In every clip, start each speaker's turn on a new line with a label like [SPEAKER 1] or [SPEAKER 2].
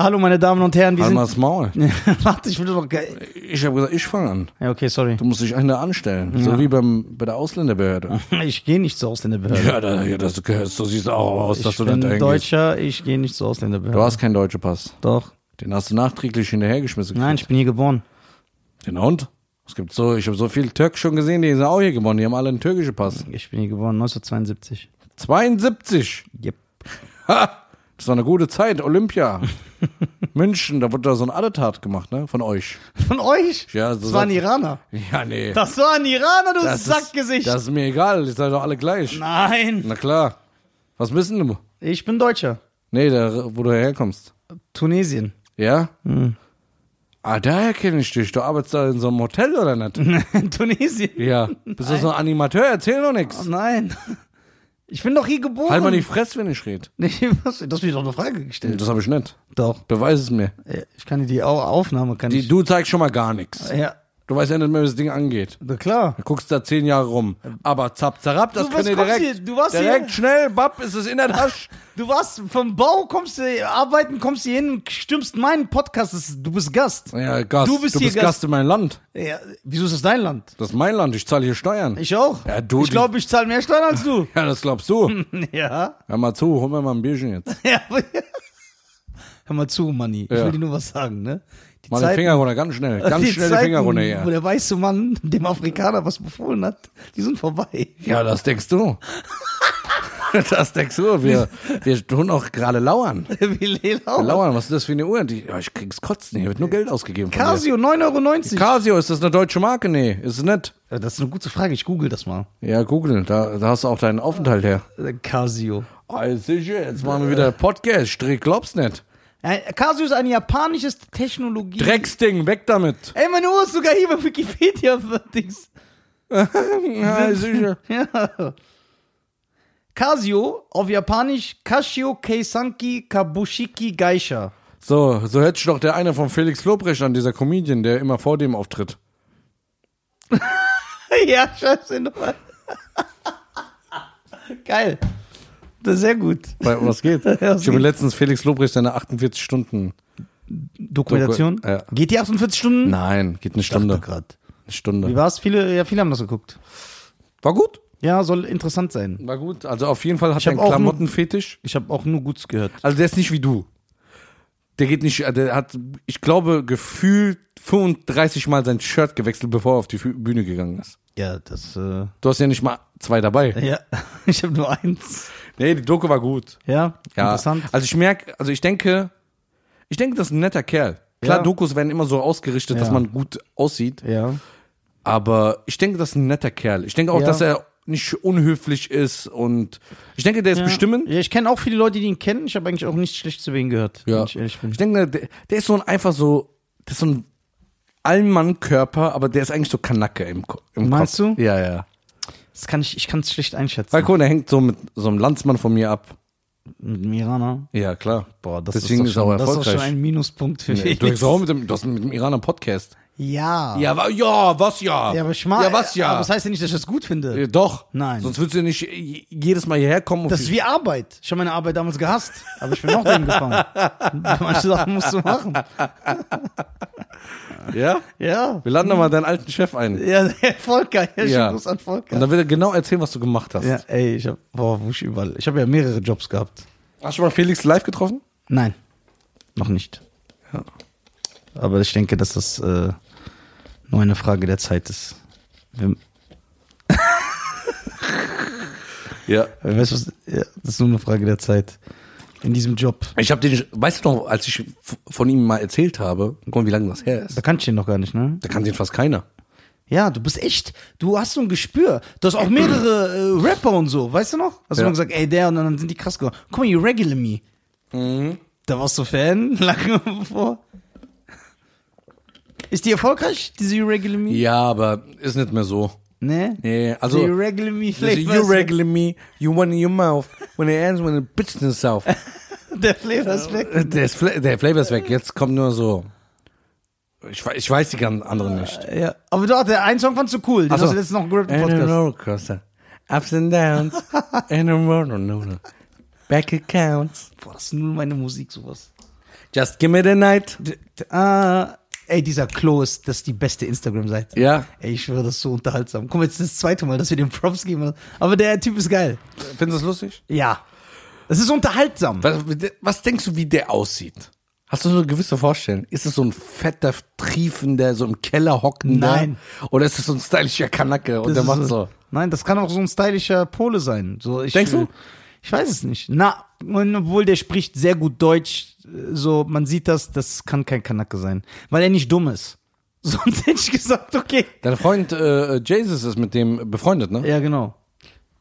[SPEAKER 1] Hallo, meine Damen und Herren, wir
[SPEAKER 2] Halt mal
[SPEAKER 1] sind.
[SPEAKER 2] das Maul.
[SPEAKER 1] Warte, ich will doch. ge-
[SPEAKER 2] Ich habe gesagt, ich fange an.
[SPEAKER 1] Ja, okay, sorry.
[SPEAKER 2] Du musst dich einer anstellen. So wie beim, bei der Ausländerbehörde.
[SPEAKER 1] Ich gehe nicht zur Ausländerbehörde.
[SPEAKER 2] Ja, da, ja das gehörst, so siehst du auch aus, dass
[SPEAKER 1] ich
[SPEAKER 2] du da
[SPEAKER 1] bin
[SPEAKER 2] dahin gehst.
[SPEAKER 1] Deutscher, ich gehe nicht zur
[SPEAKER 2] Du
[SPEAKER 1] Ausländerbehörde.
[SPEAKER 2] hast keinen deutschen Pass.
[SPEAKER 1] Doch.
[SPEAKER 2] Den hast du nachträglich hinterhergeschmissen.
[SPEAKER 1] Nein, ich bin hier geboren.
[SPEAKER 2] Den Hund? Es gibt so, ich habe so viel Türk schon gesehen, die sind auch hier geboren. Die haben alle einen türkischen Pass.
[SPEAKER 1] Ich bin hier geboren, 1972.
[SPEAKER 2] 72.
[SPEAKER 1] Yep.
[SPEAKER 2] Ha! Das war eine gute Zeit. Olympia. München, da wurde da so ein Attentat gemacht, ne? Von euch.
[SPEAKER 1] Von euch?
[SPEAKER 2] Ja, so
[SPEAKER 1] das war ein
[SPEAKER 2] sagt-
[SPEAKER 1] Iraner.
[SPEAKER 2] Ja, nee.
[SPEAKER 1] Das war ein Iraner, du
[SPEAKER 2] Das ist-
[SPEAKER 1] Sackgesicht.
[SPEAKER 2] Das ist mir egal, die sind doch alle gleich.
[SPEAKER 1] Nein.
[SPEAKER 2] Na klar. Was müssen du?
[SPEAKER 1] Ich bin Deutscher.
[SPEAKER 2] Nee, da, wo du herkommst.
[SPEAKER 1] Tunesien.
[SPEAKER 2] Ja? Ah, daher kenne ich dich. Du arbeitest da in so einem Hotel oder nicht?
[SPEAKER 1] Tunesien?
[SPEAKER 2] Ja. Bist du so ein Animateur? Erzähl doch
[SPEAKER 1] Oh,
[SPEAKER 2] nichts.
[SPEAKER 1] nein. Ich bin doch hier geboren.
[SPEAKER 2] Halt mal die Fresse, wenn ich rede.
[SPEAKER 1] Nee, was? Du hast mir doch eine Frage gestellt.
[SPEAKER 2] Das habe ich nicht.
[SPEAKER 1] Doch.
[SPEAKER 2] Beweis es mir.
[SPEAKER 1] Äh, Ich kann dir die Au- Aufnahme, kann
[SPEAKER 2] Die,
[SPEAKER 1] ich.
[SPEAKER 2] du zeigst schon mal gar nichts.
[SPEAKER 1] Ja,
[SPEAKER 2] Du weißt ja nicht mehr, wie das Ding angeht.
[SPEAKER 1] na klar.
[SPEAKER 2] Du guckst da zehn Jahre rum. Aber zapp, zerrapp, das
[SPEAKER 1] Du,
[SPEAKER 2] könnt
[SPEAKER 1] was
[SPEAKER 2] ihr direkt.
[SPEAKER 1] kommst hier? Du warst
[SPEAKER 2] direkt
[SPEAKER 1] hier-
[SPEAKER 2] schnell, bapp, ist es in der Tasche.
[SPEAKER 1] Du warst vom Bau, kommst du, arbeiten, kommst du hin, stürmst meinen Podcast, das ist, du bist Gast.
[SPEAKER 2] Ja, Gast.
[SPEAKER 1] Du bist hier
[SPEAKER 2] Gast.
[SPEAKER 1] Gast.
[SPEAKER 2] in meinem Land.
[SPEAKER 1] Ja, wieso ist das dein Land?
[SPEAKER 2] Das ist mein Land. Ich zahle hier Steuern.
[SPEAKER 1] Ich auch.
[SPEAKER 2] Ja, du-
[SPEAKER 1] ich glaube, ich zahle mehr Steuern als du.
[SPEAKER 2] ja, das glaubst
[SPEAKER 1] Hm.
[SPEAKER 2] du.
[SPEAKER 1] ja.
[SPEAKER 2] Hör mal zu, hol mir mal ein Bierchen jetzt.
[SPEAKER 1] ja. aber- Hör mal zu, Manni. Ich
[SPEAKER 2] Ja.
[SPEAKER 1] will dir nur was sagen, ne? Die
[SPEAKER 2] Mal den
[SPEAKER 1] Zeiten-
[SPEAKER 2] Finger runter, ganz schnell. Ganz
[SPEAKER 1] die
[SPEAKER 2] schnell
[SPEAKER 1] Zeiten,
[SPEAKER 2] den Finger runter hier.
[SPEAKER 1] Wo der weiße Mann dem Afrikaner was befohlen hat, die sind vorbei.
[SPEAKER 2] Ja, das denkst du. das denkst du. Wir, wir tun auch gerade lauern.
[SPEAKER 1] Wie Lelau.
[SPEAKER 2] Lauern, was ist das für eine Uhr? Die, ja, ich krieg's kotzen. Hier wird nur Geld ausgegeben. von
[SPEAKER 1] Casio, 9,90
[SPEAKER 2] dir.
[SPEAKER 1] Euro.
[SPEAKER 2] Casio, ist das eine deutsche Marke? Nee, ist es nicht.
[SPEAKER 1] Ja, Das ist eine gute Frage, ich google das mal.
[SPEAKER 2] Ja, Google, da, da hast du auch deinen Aufenthalt her.
[SPEAKER 1] Äh, Casio.
[SPEAKER 2] Also sicher, jetzt machen wir wieder Podcast. Strick, glaubst nicht.
[SPEAKER 1] Äh, Casio ist ein japanisches Technologie.
[SPEAKER 2] Drecksding, weg damit.
[SPEAKER 1] Ey, meine Uhr ist sogar hier bei Wikipedia. Dings.
[SPEAKER 2] Ja, sicher.
[SPEAKER 1] Ja. Casio, auf Japanisch Kashio Keisanki Kabushiki Geisha.
[SPEAKER 2] So, so hört sich doch der eine von Felix Lobrecht an, dieser Comedian, der immer vor dem auftritt.
[SPEAKER 1] ja, scheiße, nochmal. Geil. Das ist sehr gut.
[SPEAKER 2] Bei um was geht? Ich
[SPEAKER 1] Was
[SPEAKER 2] habe
[SPEAKER 1] geht?
[SPEAKER 2] letztens Felix Lobrecht seine 48 Stunden.
[SPEAKER 1] Dokumentation?
[SPEAKER 2] Doku- ja.
[SPEAKER 1] Geht die 48 Stunden?
[SPEAKER 2] Nein, geht eine Stunde. Eine
[SPEAKER 1] Wie
[SPEAKER 2] Stunde.
[SPEAKER 1] war's? Viele, ja, viele haben das geguckt.
[SPEAKER 2] War gut.
[SPEAKER 1] Ja, soll interessant sein.
[SPEAKER 2] War gut. Also auf jeden Fall hat
[SPEAKER 1] hab
[SPEAKER 2] er einen
[SPEAKER 1] auch
[SPEAKER 2] Klamottenfetisch.
[SPEAKER 1] Ich habe auch nur Gutes gehört.
[SPEAKER 2] Also der ist nicht wie du. Der geht nicht, der hat, ich glaube, gefühlt 35 Mal sein Shirt gewechselt, bevor er auf die Fü- Bühne gegangen ist.
[SPEAKER 1] Ja, das, äh,
[SPEAKER 2] Du hast ja nicht mal zwei dabei.
[SPEAKER 1] ja, ich habe nur eins.
[SPEAKER 2] Nee, die Doku war gut.
[SPEAKER 1] Ja,
[SPEAKER 2] Ja.
[SPEAKER 1] interessant.
[SPEAKER 2] Also ich merke, also ich denke, ich denke, das ist ein netter Kerl. Klar,
[SPEAKER 1] Ja.
[SPEAKER 2] Dokus werden immer so ausgerichtet, dass
[SPEAKER 1] Ja.
[SPEAKER 2] man gut aussieht.
[SPEAKER 1] Ja.
[SPEAKER 2] Aber ich denke, das ist ein netter Kerl. Ich denke auch,
[SPEAKER 1] Ja.
[SPEAKER 2] dass er nicht unhöflich ist und ich denke, der ist bestimmend.
[SPEAKER 1] Ja, ich kenne auch viele Leute, die ihn kennen. Ich habe eigentlich auch nichts schlecht zu wem gehört, wenn ich ehrlich bin.
[SPEAKER 2] Ich denke, der, der ist so ein einfach so, der ist so ein Allmann-Körper, aber der ist eigentlich so Kanacke im, Ko- im
[SPEAKER 1] Meinst
[SPEAKER 2] Kopf.
[SPEAKER 1] du?
[SPEAKER 2] Ja, ja.
[SPEAKER 1] Das kann ich, ich kann es schlecht einschätzen.
[SPEAKER 2] Weil guck, mal, der hängt so mit so einem Landsmann von mir ab.
[SPEAKER 1] mit dem Iraner.
[SPEAKER 2] Ja, klar.
[SPEAKER 1] Boah, das
[SPEAKER 2] Deswegen
[SPEAKER 1] ist,
[SPEAKER 2] ist
[SPEAKER 1] doch schon,
[SPEAKER 2] er auch
[SPEAKER 1] das ist doch schon
[SPEAKER 2] erfolgreich.
[SPEAKER 1] ein Minuspunkt für
[SPEAKER 2] Du
[SPEAKER 1] mich.
[SPEAKER 2] hängst auch mit dem, du hast mit dem Iraner einen Podcast.
[SPEAKER 1] ja.
[SPEAKER 2] Ja, wa- ja, was ja?
[SPEAKER 1] Ja, aber ich mag.
[SPEAKER 2] Ja, was ja?
[SPEAKER 1] Aber das heißt ja nicht, dass ich das gut finde.
[SPEAKER 2] Äh, Doch.
[SPEAKER 1] Nein.
[SPEAKER 2] Sonst würdest du nicht j- jedes Mal hierher kommen. und
[SPEAKER 1] Das ist wie Arbeit. Ich habe meine Arbeit damals gehasst, aber ich bin auch dahin gefahren. Manche Sachen musst du machen.
[SPEAKER 2] ja?
[SPEAKER 1] Ja.
[SPEAKER 2] Wir laden doch mal deinen alten Chef ein.
[SPEAKER 1] Ja, Volker. Ja,
[SPEAKER 2] Ja.
[SPEAKER 1] ja. Gruß an
[SPEAKER 2] Und
[SPEAKER 1] Volker.
[SPEAKER 2] dann wird er genau erzählen, was du gemacht hast.
[SPEAKER 1] Ja, ey, ich habe boah, wo ich überall. Ich habe ja mehrere Jobs gehabt.
[SPEAKER 2] Hast du schon mal Felix live getroffen?
[SPEAKER 1] Nein, noch nicht. Aber ich denke, dass das äh, nur eine Frage der Zeit ist. Wer,
[SPEAKER 2] Ja.
[SPEAKER 1] wer weiß, äh, was, ja, das ist nur eine Frage der Zeit. In diesem Job.
[SPEAKER 2] Ich habe den, weißt du noch, als ich f- von ihm mal erzählt habe, guck mal, wie lange das her ist.
[SPEAKER 1] Da kannte ich den noch gar nicht, ne?
[SPEAKER 2] Da kann den fast keiner.
[SPEAKER 1] Ja, du bist echt, du hast so ein Gespür. Du hast auch mehrere äh, Rapper und so, weißt du noch? Hast du
[SPEAKER 2] Ja.
[SPEAKER 1] immer gesagt, ey, der und dann sind die krass geworden. Guck mal, you regular me. Da warst du Fan, lange bevor. Ist die erfolgreich, diese You Regular Me?
[SPEAKER 2] Ja, aber ist nicht mehr so.
[SPEAKER 1] Ne?
[SPEAKER 2] Nee, also.
[SPEAKER 1] you regular me
[SPEAKER 2] also,
[SPEAKER 1] flavor.
[SPEAKER 2] you regular me, you want in your mouth, when it ends, when the business out.
[SPEAKER 1] Der Flavor ist weg.
[SPEAKER 2] Der, ist, Fla- der Flavor ist weg, jetzt kommt nur so. Ich, wei- ich weiß die ganzen anderen nicht.
[SPEAKER 1] Ja. Aber du hattest einen Song fandst du cool. Den
[SPEAKER 2] Ach so.
[SPEAKER 1] hast du letztens noch gerappt im
[SPEAKER 2] And a
[SPEAKER 1] Podcast.
[SPEAKER 2] roller coaster. Ups and downs. and a roller no, no. Back accounts.
[SPEAKER 1] Boah, das ist nur meine Musik, sowas.
[SPEAKER 2] Just give me the night.
[SPEAKER 1] D- d- Ah, ey, dieser Klo ist, das ist die beste Instagram-Seite.
[SPEAKER 2] Ja.
[SPEAKER 1] Ey, ich schwöre, das ist so unterhaltsam. Guck mal, jetzt ist das zweite Mal, dass wir den Props geben. Aber der Typ ist geil.
[SPEAKER 2] Findest du das lustig?
[SPEAKER 1] Ja. Es ist unterhaltsam.
[SPEAKER 2] Was, was denkst du, wie der aussieht? Hast du so eine gewisse Vorstellung? Ist es so ein fetter Triefen, der so im Keller hockt?
[SPEAKER 1] Nein.
[SPEAKER 2] Oder ist es so ein stylischer Kanacke und
[SPEAKER 1] Das
[SPEAKER 2] der
[SPEAKER 1] ist
[SPEAKER 2] macht so?
[SPEAKER 1] Nein, das kann auch so ein stylischer Pole sein. So, ich,
[SPEAKER 2] Denkst du?
[SPEAKER 1] Ich weiß es nicht. Na, und obwohl der spricht sehr gut Deutsch, äh, so, man sieht das, das kann kein Kanacke sein. Weil er nicht dumm ist. Sonst hätte ich gesagt, okay.
[SPEAKER 2] Dein Freund äh, Jesus ist mit dem befreundet, ne?
[SPEAKER 1] Ja, genau.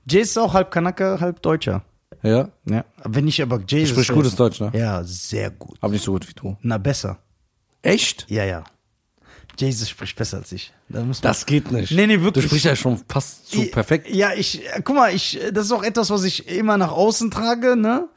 [SPEAKER 1] Jay ist auch halb Kanacke, halb Deutscher.
[SPEAKER 2] Ja.
[SPEAKER 1] Ja. Wenn ich aber Jay
[SPEAKER 2] Spricht gutes Deutsch, ne?
[SPEAKER 1] Ja, sehr gut.
[SPEAKER 2] Aber nicht so gut wie du.
[SPEAKER 1] Na, besser.
[SPEAKER 2] Echt?
[SPEAKER 1] Ja, ja. Jesus spricht besser als ich. Da muss man
[SPEAKER 2] Das geht nicht.
[SPEAKER 1] Nee, nee, wirklich.
[SPEAKER 2] Du sprichst ja schon fast zu
[SPEAKER 1] I-
[SPEAKER 2] perfekt.
[SPEAKER 1] Ja, ich, äh, guck mal, ich, äh, das ist auch etwas, was ich immer nach außen trage, ne?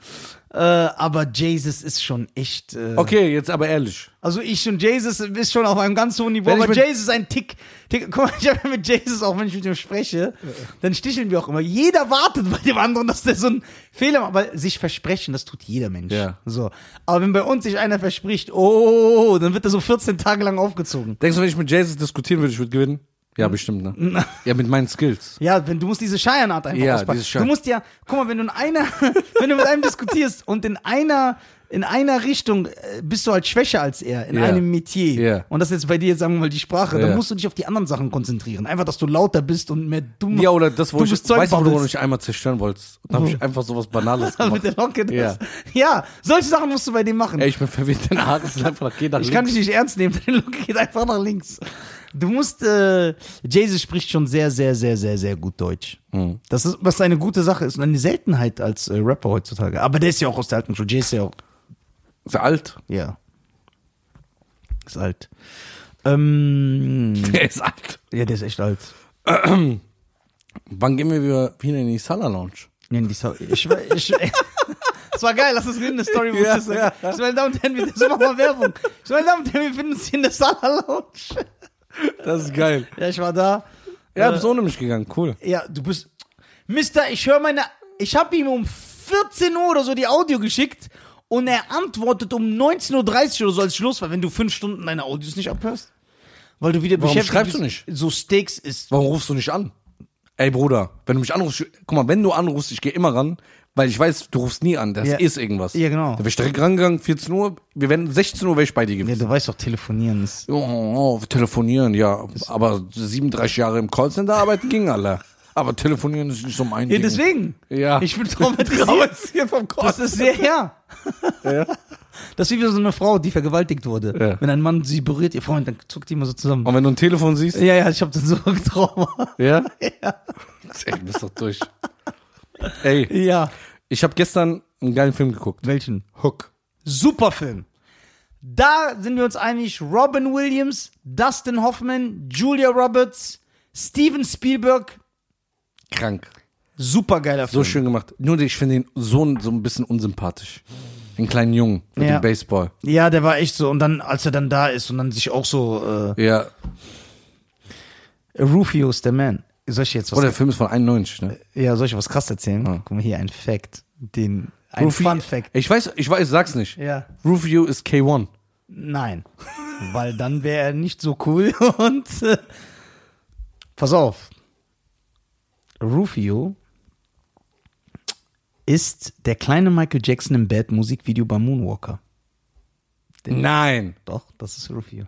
[SPEAKER 1] Äh, aber Jesus ist schon echt. Äh,
[SPEAKER 2] Okay, jetzt aber ehrlich.
[SPEAKER 1] Also ich und Jesus ist schon auf einem ganz hohen Niveau.
[SPEAKER 2] Wenn ich
[SPEAKER 1] Aber
[SPEAKER 2] mit-
[SPEAKER 1] Jesus ist ein Tick, Tick. Guck mal, ich habe mit Jesus, auch wenn ich mit ihm spreche, dann sticheln wir auch immer. Jeder wartet bei dem anderen, dass der so einen Fehler macht. Weil sich versprechen, das tut jeder Mensch.
[SPEAKER 2] Ja.
[SPEAKER 1] So. Aber wenn bei uns sich einer verspricht, oh, dann wird er so 14 Tage lang aufgezogen.
[SPEAKER 2] Denkst du, wenn ich mit Jesus diskutieren würde, ich würde gewinnen? Ja,
[SPEAKER 1] Hm.
[SPEAKER 2] bestimmt, ne? ja, mit meinen Skills.
[SPEAKER 1] Ja, wenn du musst diese Scheiernart einfach
[SPEAKER 2] Ja,
[SPEAKER 1] auspacken.
[SPEAKER 2] diese Scheier-
[SPEAKER 1] du musst ja, guck mal, wenn du in einer, wenn du mit einem diskutierst und in einer in einer Richtung äh, bist du halt schwächer als er in
[SPEAKER 2] Ja.
[SPEAKER 1] einem Metier
[SPEAKER 2] Ja.
[SPEAKER 1] und das ist jetzt bei dir jetzt sagen wir mal die Sprache,
[SPEAKER 2] Ja.
[SPEAKER 1] dann musst du dich auf die anderen Sachen konzentrieren. Einfach, dass du lauter bist und mehr dumm.
[SPEAKER 2] Ja, oder das, wo
[SPEAKER 1] du
[SPEAKER 2] ich,
[SPEAKER 1] bist Zeug Hm.
[SPEAKER 2] weißt du, wo du
[SPEAKER 1] babbelst.
[SPEAKER 2] mich einmal zerstören wolltest? Und dann habe ich einfach so was Banales
[SPEAKER 1] mit
[SPEAKER 2] gemacht.
[SPEAKER 1] der Locke. das-
[SPEAKER 2] Ja.
[SPEAKER 1] ja, solche Sachen musst du bei dem machen.
[SPEAKER 2] Ey, ich bin verwirrt, deine Haare sind einfach, geh nach
[SPEAKER 1] Ich kann
[SPEAKER 2] links.
[SPEAKER 1] dich nicht ernst nehmen, deine Locke geht einfach nach links. Du musst, äh, Jesus spricht schon sehr, sehr, sehr, sehr, sehr gut Deutsch. Das ist, was eine gute Sache ist und eine Seltenheit als äh, Rapper heutzutage. Aber der ist ja auch aus der alten Schule. Jay ist ja auch,
[SPEAKER 2] Ist er alt?
[SPEAKER 1] ja. Ist alt. Ähm,
[SPEAKER 2] Der ist alt.
[SPEAKER 1] ja, der ist echt alt.
[SPEAKER 2] Wann gehen wir wieder wieder in die Sala Lounge?
[SPEAKER 1] Nee, die Sau- ich, ich, Es war geil, lass uns reden, eine Story, wo
[SPEAKER 2] Ja,
[SPEAKER 1] ich das sage. Ich meine Damen und Herren, wir das ist nochmal Werbung. Ich meine Damen und Herren, wir finden uns hier in der Sala Lounge.
[SPEAKER 2] Das ist geil.
[SPEAKER 1] Ja, ich war da.
[SPEAKER 2] Ja, bist ohne mich gegangen, cool.
[SPEAKER 1] Ja, du bist. Mister, ich höre meine. Ich habe ihm um 14 Uhr oder so die Audio geschickt und er antwortet um 19.30 Uhr oder so als Schluss, weil wenn du fünf Stunden deine Audios nicht abhörst. Weil du wieder
[SPEAKER 2] Warum
[SPEAKER 1] beschäftigt
[SPEAKER 2] schreibst du
[SPEAKER 1] bist. So Steaks ist.
[SPEAKER 2] Warum rufst du nicht an? Ey, Bruder, wenn du mich anrufst, ich- guck mal, wenn du anrufst, ich gehe immer ran, weil ich weiß, du rufst nie an, das
[SPEAKER 1] Ja.
[SPEAKER 2] ist irgendwas.
[SPEAKER 1] Ja, genau.
[SPEAKER 2] Da bin ich direkt rangegangen, 14 Uhr, wir werden 16 Uhr wäre ich bei dir
[SPEAKER 1] Ja,
[SPEAKER 2] gewesen.
[SPEAKER 1] du weißt doch, telefonieren ist.
[SPEAKER 2] Oh, oh, telefonieren, ja, aber 37 Jahre im Callcenter arbeiten ging, alle. Aber telefonieren ist nicht so mein
[SPEAKER 1] Ja,
[SPEAKER 2] Ding.
[SPEAKER 1] deswegen.
[SPEAKER 2] Ja.
[SPEAKER 1] Ich bin traumatisiert.
[SPEAKER 2] hier vom
[SPEAKER 1] Das
[SPEAKER 2] Callcenter.
[SPEAKER 1] ist sehr, ja.
[SPEAKER 2] Ja.
[SPEAKER 1] Das ist wie so eine Frau, die vergewaltigt wurde.
[SPEAKER 2] Ja.
[SPEAKER 1] Wenn ein Mann sie berührt, ihr Freund, dann zuckt die immer so zusammen.
[SPEAKER 2] Und wenn du ein Telefon siehst,
[SPEAKER 1] Ja, ja, ich hab dann so ein Trauma.
[SPEAKER 2] ja? Ja. Ey, du bist doch durch. Ey,
[SPEAKER 1] Ja.
[SPEAKER 2] ich habe gestern einen geilen Film geguckt.
[SPEAKER 1] Welchen?
[SPEAKER 2] Hook.
[SPEAKER 1] Super Film. Da sind wir uns einig, Robin Williams, Dustin Hoffman, Julia Roberts, Steven Spielberg,
[SPEAKER 2] Krank.
[SPEAKER 1] supergeiler
[SPEAKER 2] So
[SPEAKER 1] Film.
[SPEAKER 2] schön gemacht. Nur ich finde den Sohn so ein bisschen unsympathisch. Den kleinen Jungen mit
[SPEAKER 1] Ja.
[SPEAKER 2] dem Baseball.
[SPEAKER 1] ja, der war echt so. Und dann, als er dann da ist und dann sich auch so,
[SPEAKER 2] Ja.
[SPEAKER 1] äh, Rufio ist der Man. Soll ich jetzt was,
[SPEAKER 2] Oh, der Film ist von 91, ne?
[SPEAKER 1] ja, soll ich was krass erzählen? Guck mal hier, ein Fact. Den, ein
[SPEAKER 2] Rufi-
[SPEAKER 1] Fun Fact.
[SPEAKER 2] Ich weiß, ich weiß, sag's nicht.
[SPEAKER 1] Ja.
[SPEAKER 2] Rufio ist K1.
[SPEAKER 1] Nein. Weil dann wäre er nicht so cool und, äh, pass auf. Rufio ist der kleine Michael Jackson im Bad Musikvideo bei Moonwalker.
[SPEAKER 2] Nein.
[SPEAKER 1] Doch, das ist Rufio.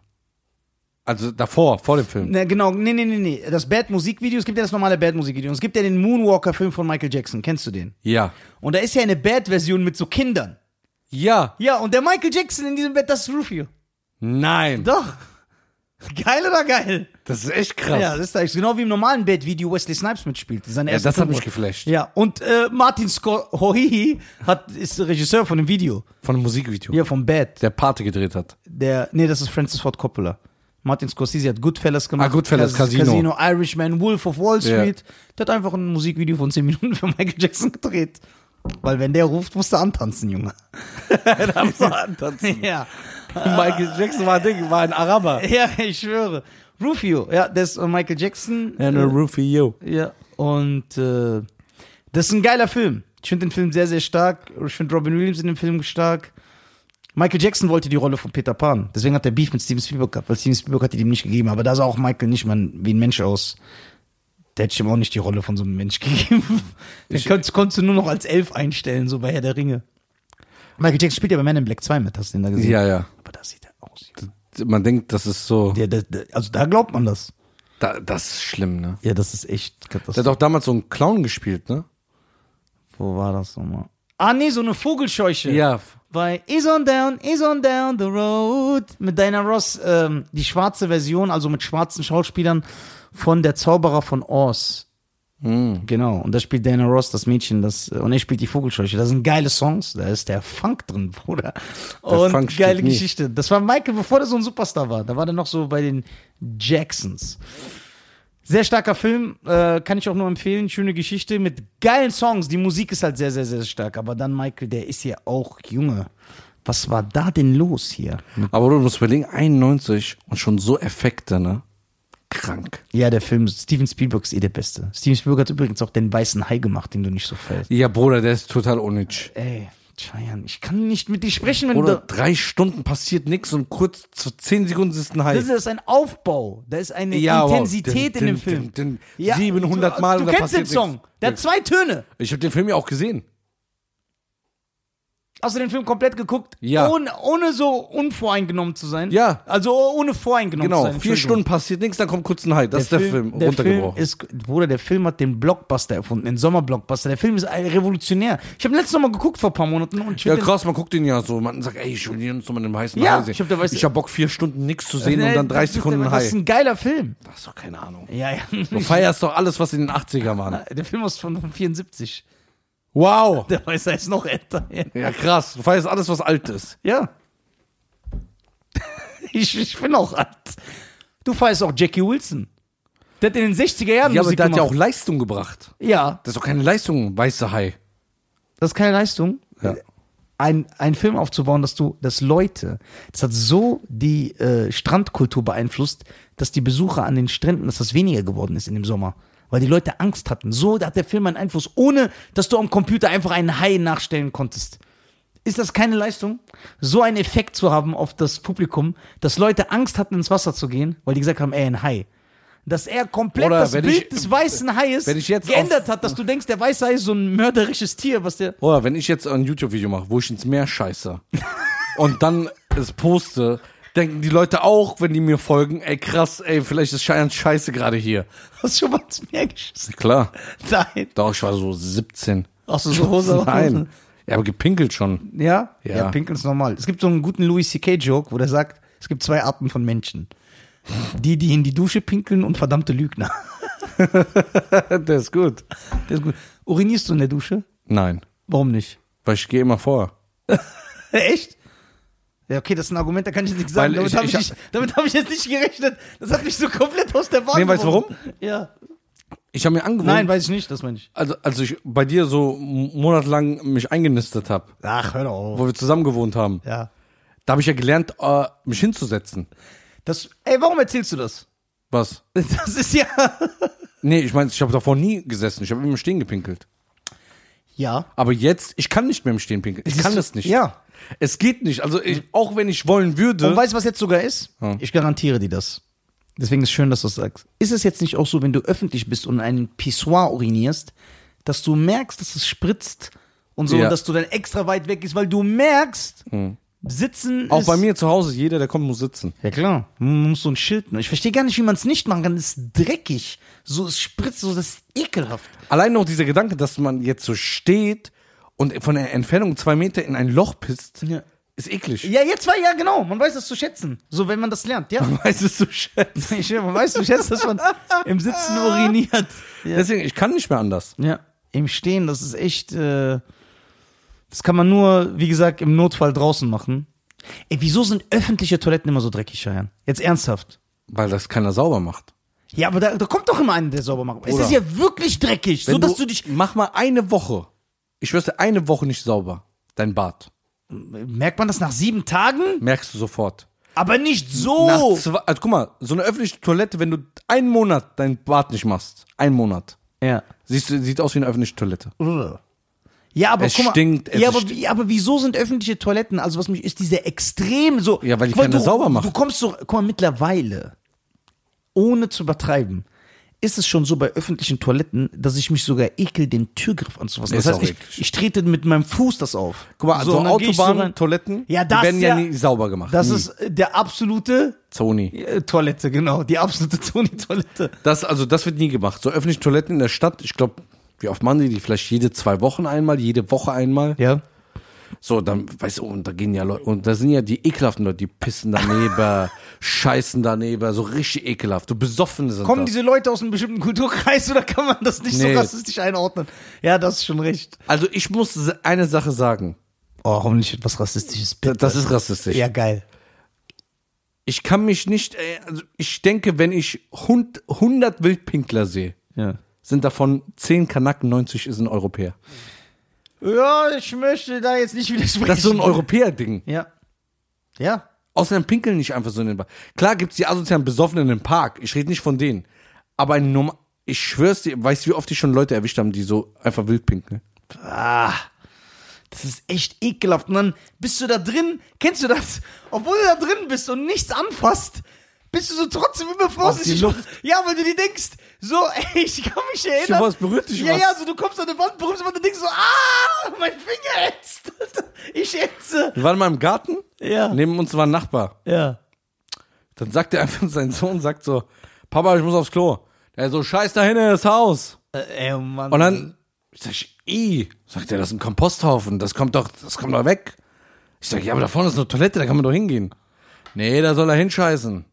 [SPEAKER 2] Also davor, vor dem Film.
[SPEAKER 1] Na, genau, nee, nee, nee, nee. Das Bad Musikvideo, es gibt ja das normale Bad Musikvideo. Und es gibt ja den Moonwalker-Film von Michael Jackson. Kennst du den?
[SPEAKER 2] Ja.
[SPEAKER 1] Und da ist ja eine Bad-Version mit so Kindern.
[SPEAKER 2] Ja.
[SPEAKER 1] Ja, und der Michael Jackson in diesem Bett, das ist Rufio.
[SPEAKER 2] Nein.
[SPEAKER 1] Doch. Geil oder geil?
[SPEAKER 2] Das ist echt krass.
[SPEAKER 1] Ja, das ist eigentlich genau wie im normalen Bad-Video Wesley Snipes mitspielt. Seine
[SPEAKER 2] Ja,
[SPEAKER 1] erste
[SPEAKER 2] das hat
[SPEAKER 1] Filmrolle.
[SPEAKER 2] mich geflasht.
[SPEAKER 1] Ja, und äh, Martin Scorsese hat ist der Regisseur von dem Video.
[SPEAKER 2] Von einem Musikvideo.
[SPEAKER 1] Ja, vom Bad.
[SPEAKER 2] Der Pate gedreht hat.
[SPEAKER 1] der, nee, das ist Francis Ford Coppola. Martin Scorsese hat Goodfellas gemacht.
[SPEAKER 2] Ah, Goodfellas,
[SPEAKER 1] Cas-
[SPEAKER 2] Casino.
[SPEAKER 1] Casino, Irishman, Wolf of Wall
[SPEAKER 2] Ja.
[SPEAKER 1] Street. Der hat einfach ein Musikvideo von 10 Minuten für Michael Jackson gedreht. Weil wenn der ruft, musst du antanzen, Junge. ja.
[SPEAKER 2] Michael Jackson war ein Ding, war ein Araber.
[SPEAKER 1] ja, ich schwöre. Rufio, ja, das ist äh, Michael Jackson. äh,
[SPEAKER 2] Ja, ne Rufio.
[SPEAKER 1] Ja, und äh, das ist ein geiler Film. Ich finde den Film sehr, sehr stark. Ich finde Robin Williams in dem Film stark. Michael Jackson wollte die Rolle von Peter Pan. Deswegen hat er Beef mit Steven Spielberg gehabt, weil Steven Spielberg hat die ihm nicht gegeben. Aber da sah auch Michael nicht mal wie ein Mensch aus. Der hätte ich ihm auch nicht die Rolle von so einem Mensch gegeben. Den konntest, konntest du nur noch als Elf einstellen, so bei Herr der Ringe. Michael Jackson spielt ja bei Man in Black 2 mit, hast du den da gesehen?
[SPEAKER 2] Ja, ja.
[SPEAKER 1] Aber da sieht er aus.
[SPEAKER 2] Man denkt, das ist so,
[SPEAKER 1] Ja, da, da, also da glaubt man das.
[SPEAKER 2] da, das ist schlimm, ne?
[SPEAKER 1] Ja, das ist echt
[SPEAKER 2] Der
[SPEAKER 1] katastrophal.
[SPEAKER 2] hat auch damals so einen Clown gespielt, ne?
[SPEAKER 1] Wo war das nochmal? Ah, nee, so eine Vogelscheuche.
[SPEAKER 2] Ja.
[SPEAKER 1] Bei Is on Down, Is on Down the Road. Mit Diana Ross, ähm, die schwarze Version, also mit schwarzen Schauspielern von Der Zauberer von Oz. Genau, und da spielt Diana Ross das Mädchen, das und er spielt die Vogelscheuche. Das sind geile Songs, da ist der Funk drin, Bruder. und
[SPEAKER 2] Funk stirbt
[SPEAKER 1] geile
[SPEAKER 2] nie.
[SPEAKER 1] Geschichte. Das war Michael, bevor er so ein Superstar war. Da war der noch so bei den Jacksons. Sehr starker Film, äh, kann ich auch nur empfehlen. Schöne Geschichte mit geilen Songs. Die Musik ist halt sehr, sehr, sehr stark. Aber dann Michael, der ist ja auch Junge. Was war da denn los hier?
[SPEAKER 2] Aber du musst überlegen, 91 und schon so Effekte, ne? Krank.
[SPEAKER 1] Ja, der Film Steven Spielberg ist eh der Beste. Steven Spielberg hat übrigens auch den weißen Hai gemacht, den du nicht so fällst.
[SPEAKER 2] Ja, Bruder, der ist total unnütz.
[SPEAKER 1] Ey, Cheyenne, ich kann nicht mit dir sprechen, wenn
[SPEAKER 2] Bruder,
[SPEAKER 1] du.
[SPEAKER 2] drei Stunden passiert nichts und kurz zu zehn Sekunden ist ein
[SPEAKER 1] Das
[SPEAKER 2] Hype.
[SPEAKER 1] ist ein Aufbau. Da ist eine
[SPEAKER 2] Ja, wow.
[SPEAKER 1] Intensität
[SPEAKER 2] Din,
[SPEAKER 1] in dem
[SPEAKER 2] din,
[SPEAKER 1] Film.
[SPEAKER 2] din, din. 700
[SPEAKER 1] du,
[SPEAKER 2] Mal
[SPEAKER 1] Du
[SPEAKER 2] und da
[SPEAKER 1] kennst den
[SPEAKER 2] passiert
[SPEAKER 1] Song.
[SPEAKER 2] nichts.
[SPEAKER 1] Der hat zwei Töne.
[SPEAKER 2] Ich habe den Film ja auch gesehen.
[SPEAKER 1] Hast du den Film komplett geguckt?
[SPEAKER 2] Ja.
[SPEAKER 1] Ohne, ohne so unvoreingenommen zu sein.
[SPEAKER 2] Ja.
[SPEAKER 1] Also ohne voreingenommen zu
[SPEAKER 2] Genau,
[SPEAKER 1] sein.
[SPEAKER 2] vier
[SPEAKER 1] Entschuldigung.
[SPEAKER 2] Stunden passiert nichts, dann kommt kurz ein Hype. Das ist der Film,
[SPEAKER 1] der Film
[SPEAKER 2] runtergebrochen.
[SPEAKER 1] ist, Bruder, der Film hat den Blockbuster erfunden, den Sommerblockbuster. Der Film ist ein revolutionär. Ich habe letztes Mal geguckt vor ein paar Monaten und ich
[SPEAKER 2] ja,
[SPEAKER 1] find den-
[SPEAKER 2] krass, man guckt den ja so. Man sagt, ey, ich will den uns nochmal in dem heißen
[SPEAKER 1] Ja,
[SPEAKER 2] Hai sehen.
[SPEAKER 1] ich hab der weiße-
[SPEAKER 2] ich Äh, hab Bock, vier Stunden nichts zu sehen und dann
[SPEAKER 1] Das
[SPEAKER 2] drei
[SPEAKER 1] ist-
[SPEAKER 2] Sekunden ein
[SPEAKER 1] Das ist
[SPEAKER 2] Hai.
[SPEAKER 1] ein geiler Film.
[SPEAKER 2] Das ist doch keine Ahnung.
[SPEAKER 1] Ja, ja.
[SPEAKER 2] Du feierst doch alles, was in den 80er waren.
[SPEAKER 1] Der Film ist von 74.
[SPEAKER 2] Wow!
[SPEAKER 1] Der weiß, er ist noch älter.
[SPEAKER 2] Ja, krass. Du feierst alles, was alt ist.
[SPEAKER 1] Ja. Ich, ich bin auch alt. Du feierst auch Jackie Wilson. Der hat in den 60er Jahren
[SPEAKER 2] Ja, aber
[SPEAKER 1] Musik
[SPEAKER 2] der hat ja auch
[SPEAKER 1] gemacht.
[SPEAKER 2] Leistung gebracht.
[SPEAKER 1] ja,
[SPEAKER 2] Das ist doch keine Leistung, weißer Hai.
[SPEAKER 1] das ist keine Leistung.
[SPEAKER 2] Ja.
[SPEAKER 1] Ein, einen Film aufzubauen, dass du, dass Leute, das hat so die äh, Strandkultur beeinflusst, dass die Besucher an den Stränden, dass das weniger geworden ist in dem Sommer. Weil die Leute Angst hatten. So hat der Film einen Einfluss, ohne dass du am Computer einfach einen Hai nachstellen konntest. Ist das keine Leistung, so einen Effekt zu haben auf das Publikum, dass Leute Angst hatten, ins Wasser zu gehen, weil die gesagt haben, ey, ein Hai. Dass er komplett
[SPEAKER 2] Oder
[SPEAKER 1] das
[SPEAKER 2] wenn
[SPEAKER 1] Bild
[SPEAKER 2] ich-
[SPEAKER 1] des weißen Haies
[SPEAKER 2] wenn ich jetzt
[SPEAKER 1] geändert hat, dass du denkst, der weiße Hai ist so ein mörderisches Tier, was der.
[SPEAKER 2] Oder wenn ich jetzt ein YouTube-Video mache, wo ich ins Meer scheiße und dann es poste, denken die Leute auch, wenn die mir folgen, ey krass, ey, vielleicht ist Cheyenne scheiße gerade hier.
[SPEAKER 1] Hast du schon mal ins Meer geschissen?
[SPEAKER 2] Klar.
[SPEAKER 1] Nein.
[SPEAKER 2] Doch, ich war so 17.
[SPEAKER 1] Hast du so Hose auf?
[SPEAKER 2] Nein. Ja, aber gepinkelt schon.
[SPEAKER 1] Ja? ja?
[SPEAKER 2] Ja.
[SPEAKER 1] pinkeln ist normal. Es gibt so einen guten Louis C.K. Joke, wo der sagt, es gibt zwei Arten von Menschen. Die, die in die Dusche pinkeln und verdammte Lügner.
[SPEAKER 2] Der ist gut.
[SPEAKER 1] Das ist gut. Urinierst du in der Dusche?
[SPEAKER 2] Nein.
[SPEAKER 1] Warum nicht?
[SPEAKER 2] Weil ich gehe immer vor.
[SPEAKER 1] Echt? Ja, okay, das ist ein Argument, da kann ich jetzt nichts sagen.
[SPEAKER 2] Weil
[SPEAKER 1] Damit
[SPEAKER 2] ich-
[SPEAKER 1] habe ich,
[SPEAKER 2] ich
[SPEAKER 1] nicht- damit hab ich jetzt nicht gerechnet. Das hat mich so komplett aus der Bahn
[SPEAKER 2] Nee, weißt du
[SPEAKER 1] geworfen. Ja.
[SPEAKER 2] Ich habe mir angewohnt,
[SPEAKER 1] Nein, weiß ich nicht, das meine ich.
[SPEAKER 2] also als ich bei dir so m- monatelang mich eingenistet habe,
[SPEAKER 1] Ach, hör doch auf.
[SPEAKER 2] wo wir zusammen gewohnt haben,
[SPEAKER 1] Ja.
[SPEAKER 2] da habe ich ja gelernt, äh, mich hinzusetzen.
[SPEAKER 1] Das, ey, warum erzählst du das?
[SPEAKER 2] Was?
[SPEAKER 1] Das ist ja...
[SPEAKER 2] Nee, ich meine, ich habe davor nie gesessen. Ich habe immer stehen gepinkelt.
[SPEAKER 1] Ja.
[SPEAKER 2] Aber jetzt, ich kann nicht mehr im Stehen pinkeln. Ich
[SPEAKER 1] Siehst
[SPEAKER 2] kann
[SPEAKER 1] du?
[SPEAKER 2] es nicht.
[SPEAKER 1] Ja.
[SPEAKER 2] Es geht nicht. Also ich, auch wenn ich wollen würde.
[SPEAKER 1] Und weißt du, was jetzt sogar ist? Ich garantiere dir das. Deswegen ist schön, dass du das sagst. Ist es jetzt nicht auch so, wenn du öffentlich bist und in einen Pissoir urinierst, dass du merkst, dass es spritzt und so,
[SPEAKER 2] Ja.
[SPEAKER 1] und dass du dann extra weit weg ist, weil du merkst, sitzen
[SPEAKER 2] auch
[SPEAKER 1] ist
[SPEAKER 2] bei mir zu Hause, jeder, der kommt, muss sitzen.
[SPEAKER 1] Ja klar, man muss so ein Schild. ne? Ich verstehe gar nicht, wie man es nicht machen kann. Es ist dreckig, so es spritzt, so das ist ekelhaft.
[SPEAKER 2] Allein noch dieser Gedanke, dass man jetzt so steht und von der Entfernung zwei Meter in ein Loch pisst,
[SPEAKER 1] Ja.
[SPEAKER 2] ist eklig.
[SPEAKER 1] Ja, jetzt war ja genau. Man weiß das zu schätzen. So, wenn man das lernt, ja.
[SPEAKER 2] Weißt du, so schätzt.
[SPEAKER 1] Ich, man weiß zu schätzen, dass man im Sitzen uriniert. Ja.
[SPEAKER 2] Deswegen, ich kann nicht mehr anders.
[SPEAKER 1] Ja, im Stehen, das ist echt. Äh, das kann man nur, wie gesagt, im Notfall draußen machen. Ey, wieso sind öffentliche Toiletten immer so dreckig, Scheiern? Jetzt ernsthaft.
[SPEAKER 2] Weil das keiner sauber macht.
[SPEAKER 1] Ja, aber da, da kommt doch immer einer, der sauber macht. Es
[SPEAKER 2] Bruder.
[SPEAKER 1] ist ja wirklich dreckig, so
[SPEAKER 2] Wenn
[SPEAKER 1] dass du dich.
[SPEAKER 2] Mach mal eine Woche. Ich schwör's dir, eine Woche nicht sauber. Dein Bad.
[SPEAKER 1] Merkt man das nach sieben Tagen?
[SPEAKER 2] Merkst du sofort.
[SPEAKER 1] Aber nicht
[SPEAKER 2] Nach
[SPEAKER 1] so.
[SPEAKER 2] zwei, also guck mal, so eine öffentliche Toilette, wenn du einen Monat dein Bad nicht machst, einen Monat,
[SPEAKER 1] Ja.
[SPEAKER 2] siehst du, sieht aus wie eine öffentliche Toilette.
[SPEAKER 1] Ja, aber
[SPEAKER 2] Es
[SPEAKER 1] guck mal,
[SPEAKER 2] stinkt, es
[SPEAKER 1] ja, aber,
[SPEAKER 2] st-
[SPEAKER 1] wie, aber wieso sind öffentliche Toiletten, also was mich ist, diese extrem so.
[SPEAKER 2] Ja, weil die
[SPEAKER 1] Guck mal,
[SPEAKER 2] keine
[SPEAKER 1] du,
[SPEAKER 2] sauber machen.
[SPEAKER 1] Du kommst so, guck mal, mittlerweile, ohne zu übertreiben, ist es schon so bei öffentlichen Toiletten, dass ich mich sogar ekel, den Türgriff anzufassen.
[SPEAKER 2] Ist
[SPEAKER 1] Das heißt,
[SPEAKER 2] auch
[SPEAKER 1] ich,
[SPEAKER 2] eklig.
[SPEAKER 1] ich trete mit meinem Fuß das auf.
[SPEAKER 2] Guck mal, also
[SPEAKER 1] und dann geh ich so
[SPEAKER 2] Autobahnen,
[SPEAKER 1] rein.
[SPEAKER 2] Toiletten,
[SPEAKER 1] Ja,
[SPEAKER 2] die
[SPEAKER 1] das
[SPEAKER 2] werden ja,
[SPEAKER 1] ja.
[SPEAKER 2] nie sauber gemacht.
[SPEAKER 1] Das
[SPEAKER 2] nie.
[SPEAKER 1] ist äh, der absolute
[SPEAKER 2] Sony.
[SPEAKER 1] äh, Toilette, genau. Die absolute Toni-Toilette.
[SPEAKER 2] Das, also das wird nie gemacht. So öffentliche Toiletten in der Stadt, ich glaube, wie oft machen die die? Vielleicht jede zwei Wochen einmal, jede Woche einmal.
[SPEAKER 1] Ja.
[SPEAKER 2] So, dann, weißt du, und da gehen ja Leute, und da sind ja die ekelhaften Leute, die pissen daneben, scheißen daneben, so richtig ekelhaft, so besoffen sind
[SPEAKER 1] Kommen
[SPEAKER 2] das.
[SPEAKER 1] diese Leute aus einem bestimmten Kulturkreis oder kann man das nicht
[SPEAKER 2] Nee.
[SPEAKER 1] so rassistisch einordnen? Ja, das ist schon recht.
[SPEAKER 2] Also ich muss s- eine Sache sagen,
[SPEAKER 1] Oh, hoffentlich etwas Rassistisches.
[SPEAKER 2] D-
[SPEAKER 1] Bitte.
[SPEAKER 2] das ist rassistisch.
[SPEAKER 1] ja geil.
[SPEAKER 2] Ich kann mich nicht, äh, also ich denke, wenn ich hund- 100 Wildpinkler sehe,
[SPEAKER 1] Ja.
[SPEAKER 2] sind davon 10 Kanaken, 90 ist ein Europäer.
[SPEAKER 1] ja, ich möchte da jetzt nicht widersprechen.
[SPEAKER 2] Das ist so ein Europäer-Ding.
[SPEAKER 1] Ja. Ja.
[SPEAKER 2] Außerdem pinkeln nicht einfach so in den Park. Klar gibt's die asozialen Besoffenen im Park. Ich rede nicht von denen. Aber ein Nummer. Ich schwör's dir, weißt du, wie oft ich schon Leute erwischt haben, die so einfach wild pinkeln?
[SPEAKER 1] Ah, das ist echt ekelhaft. Und dann bist du da drin, kennst du das? Obwohl du da drin bist und nichts anfasst, bist du so trotzdem immer vorsichtig.
[SPEAKER 2] die Luft.
[SPEAKER 1] Ja, weil du dir denkst, so, ey, ich kann mich erinnern.
[SPEAKER 2] hoffe, es berührt dich
[SPEAKER 1] Ja,
[SPEAKER 2] was.
[SPEAKER 1] ja, so du kommst an die Wand, berührst und du denkst so, ah, mein Finger ätzt. Ich ätze.
[SPEAKER 2] Wir waren mal im Garten,
[SPEAKER 1] Ja.
[SPEAKER 2] neben uns war ein Nachbar.
[SPEAKER 1] Ja.
[SPEAKER 2] Dann sagt er einfach, sein Sohn sagt so, Papa, ich muss aufs Klo. Er so, scheiß da hinten das Haus.
[SPEAKER 1] Äh, ey, Mann.
[SPEAKER 2] Und dann sag ich, i, sagt er, das ist ein Komposthaufen, das kommt doch, das kommt doch weg. Ich sag, ja, aber da vorne ist eine Toilette, da kann man doch hingehen. Nee, da soll er hinscheißen.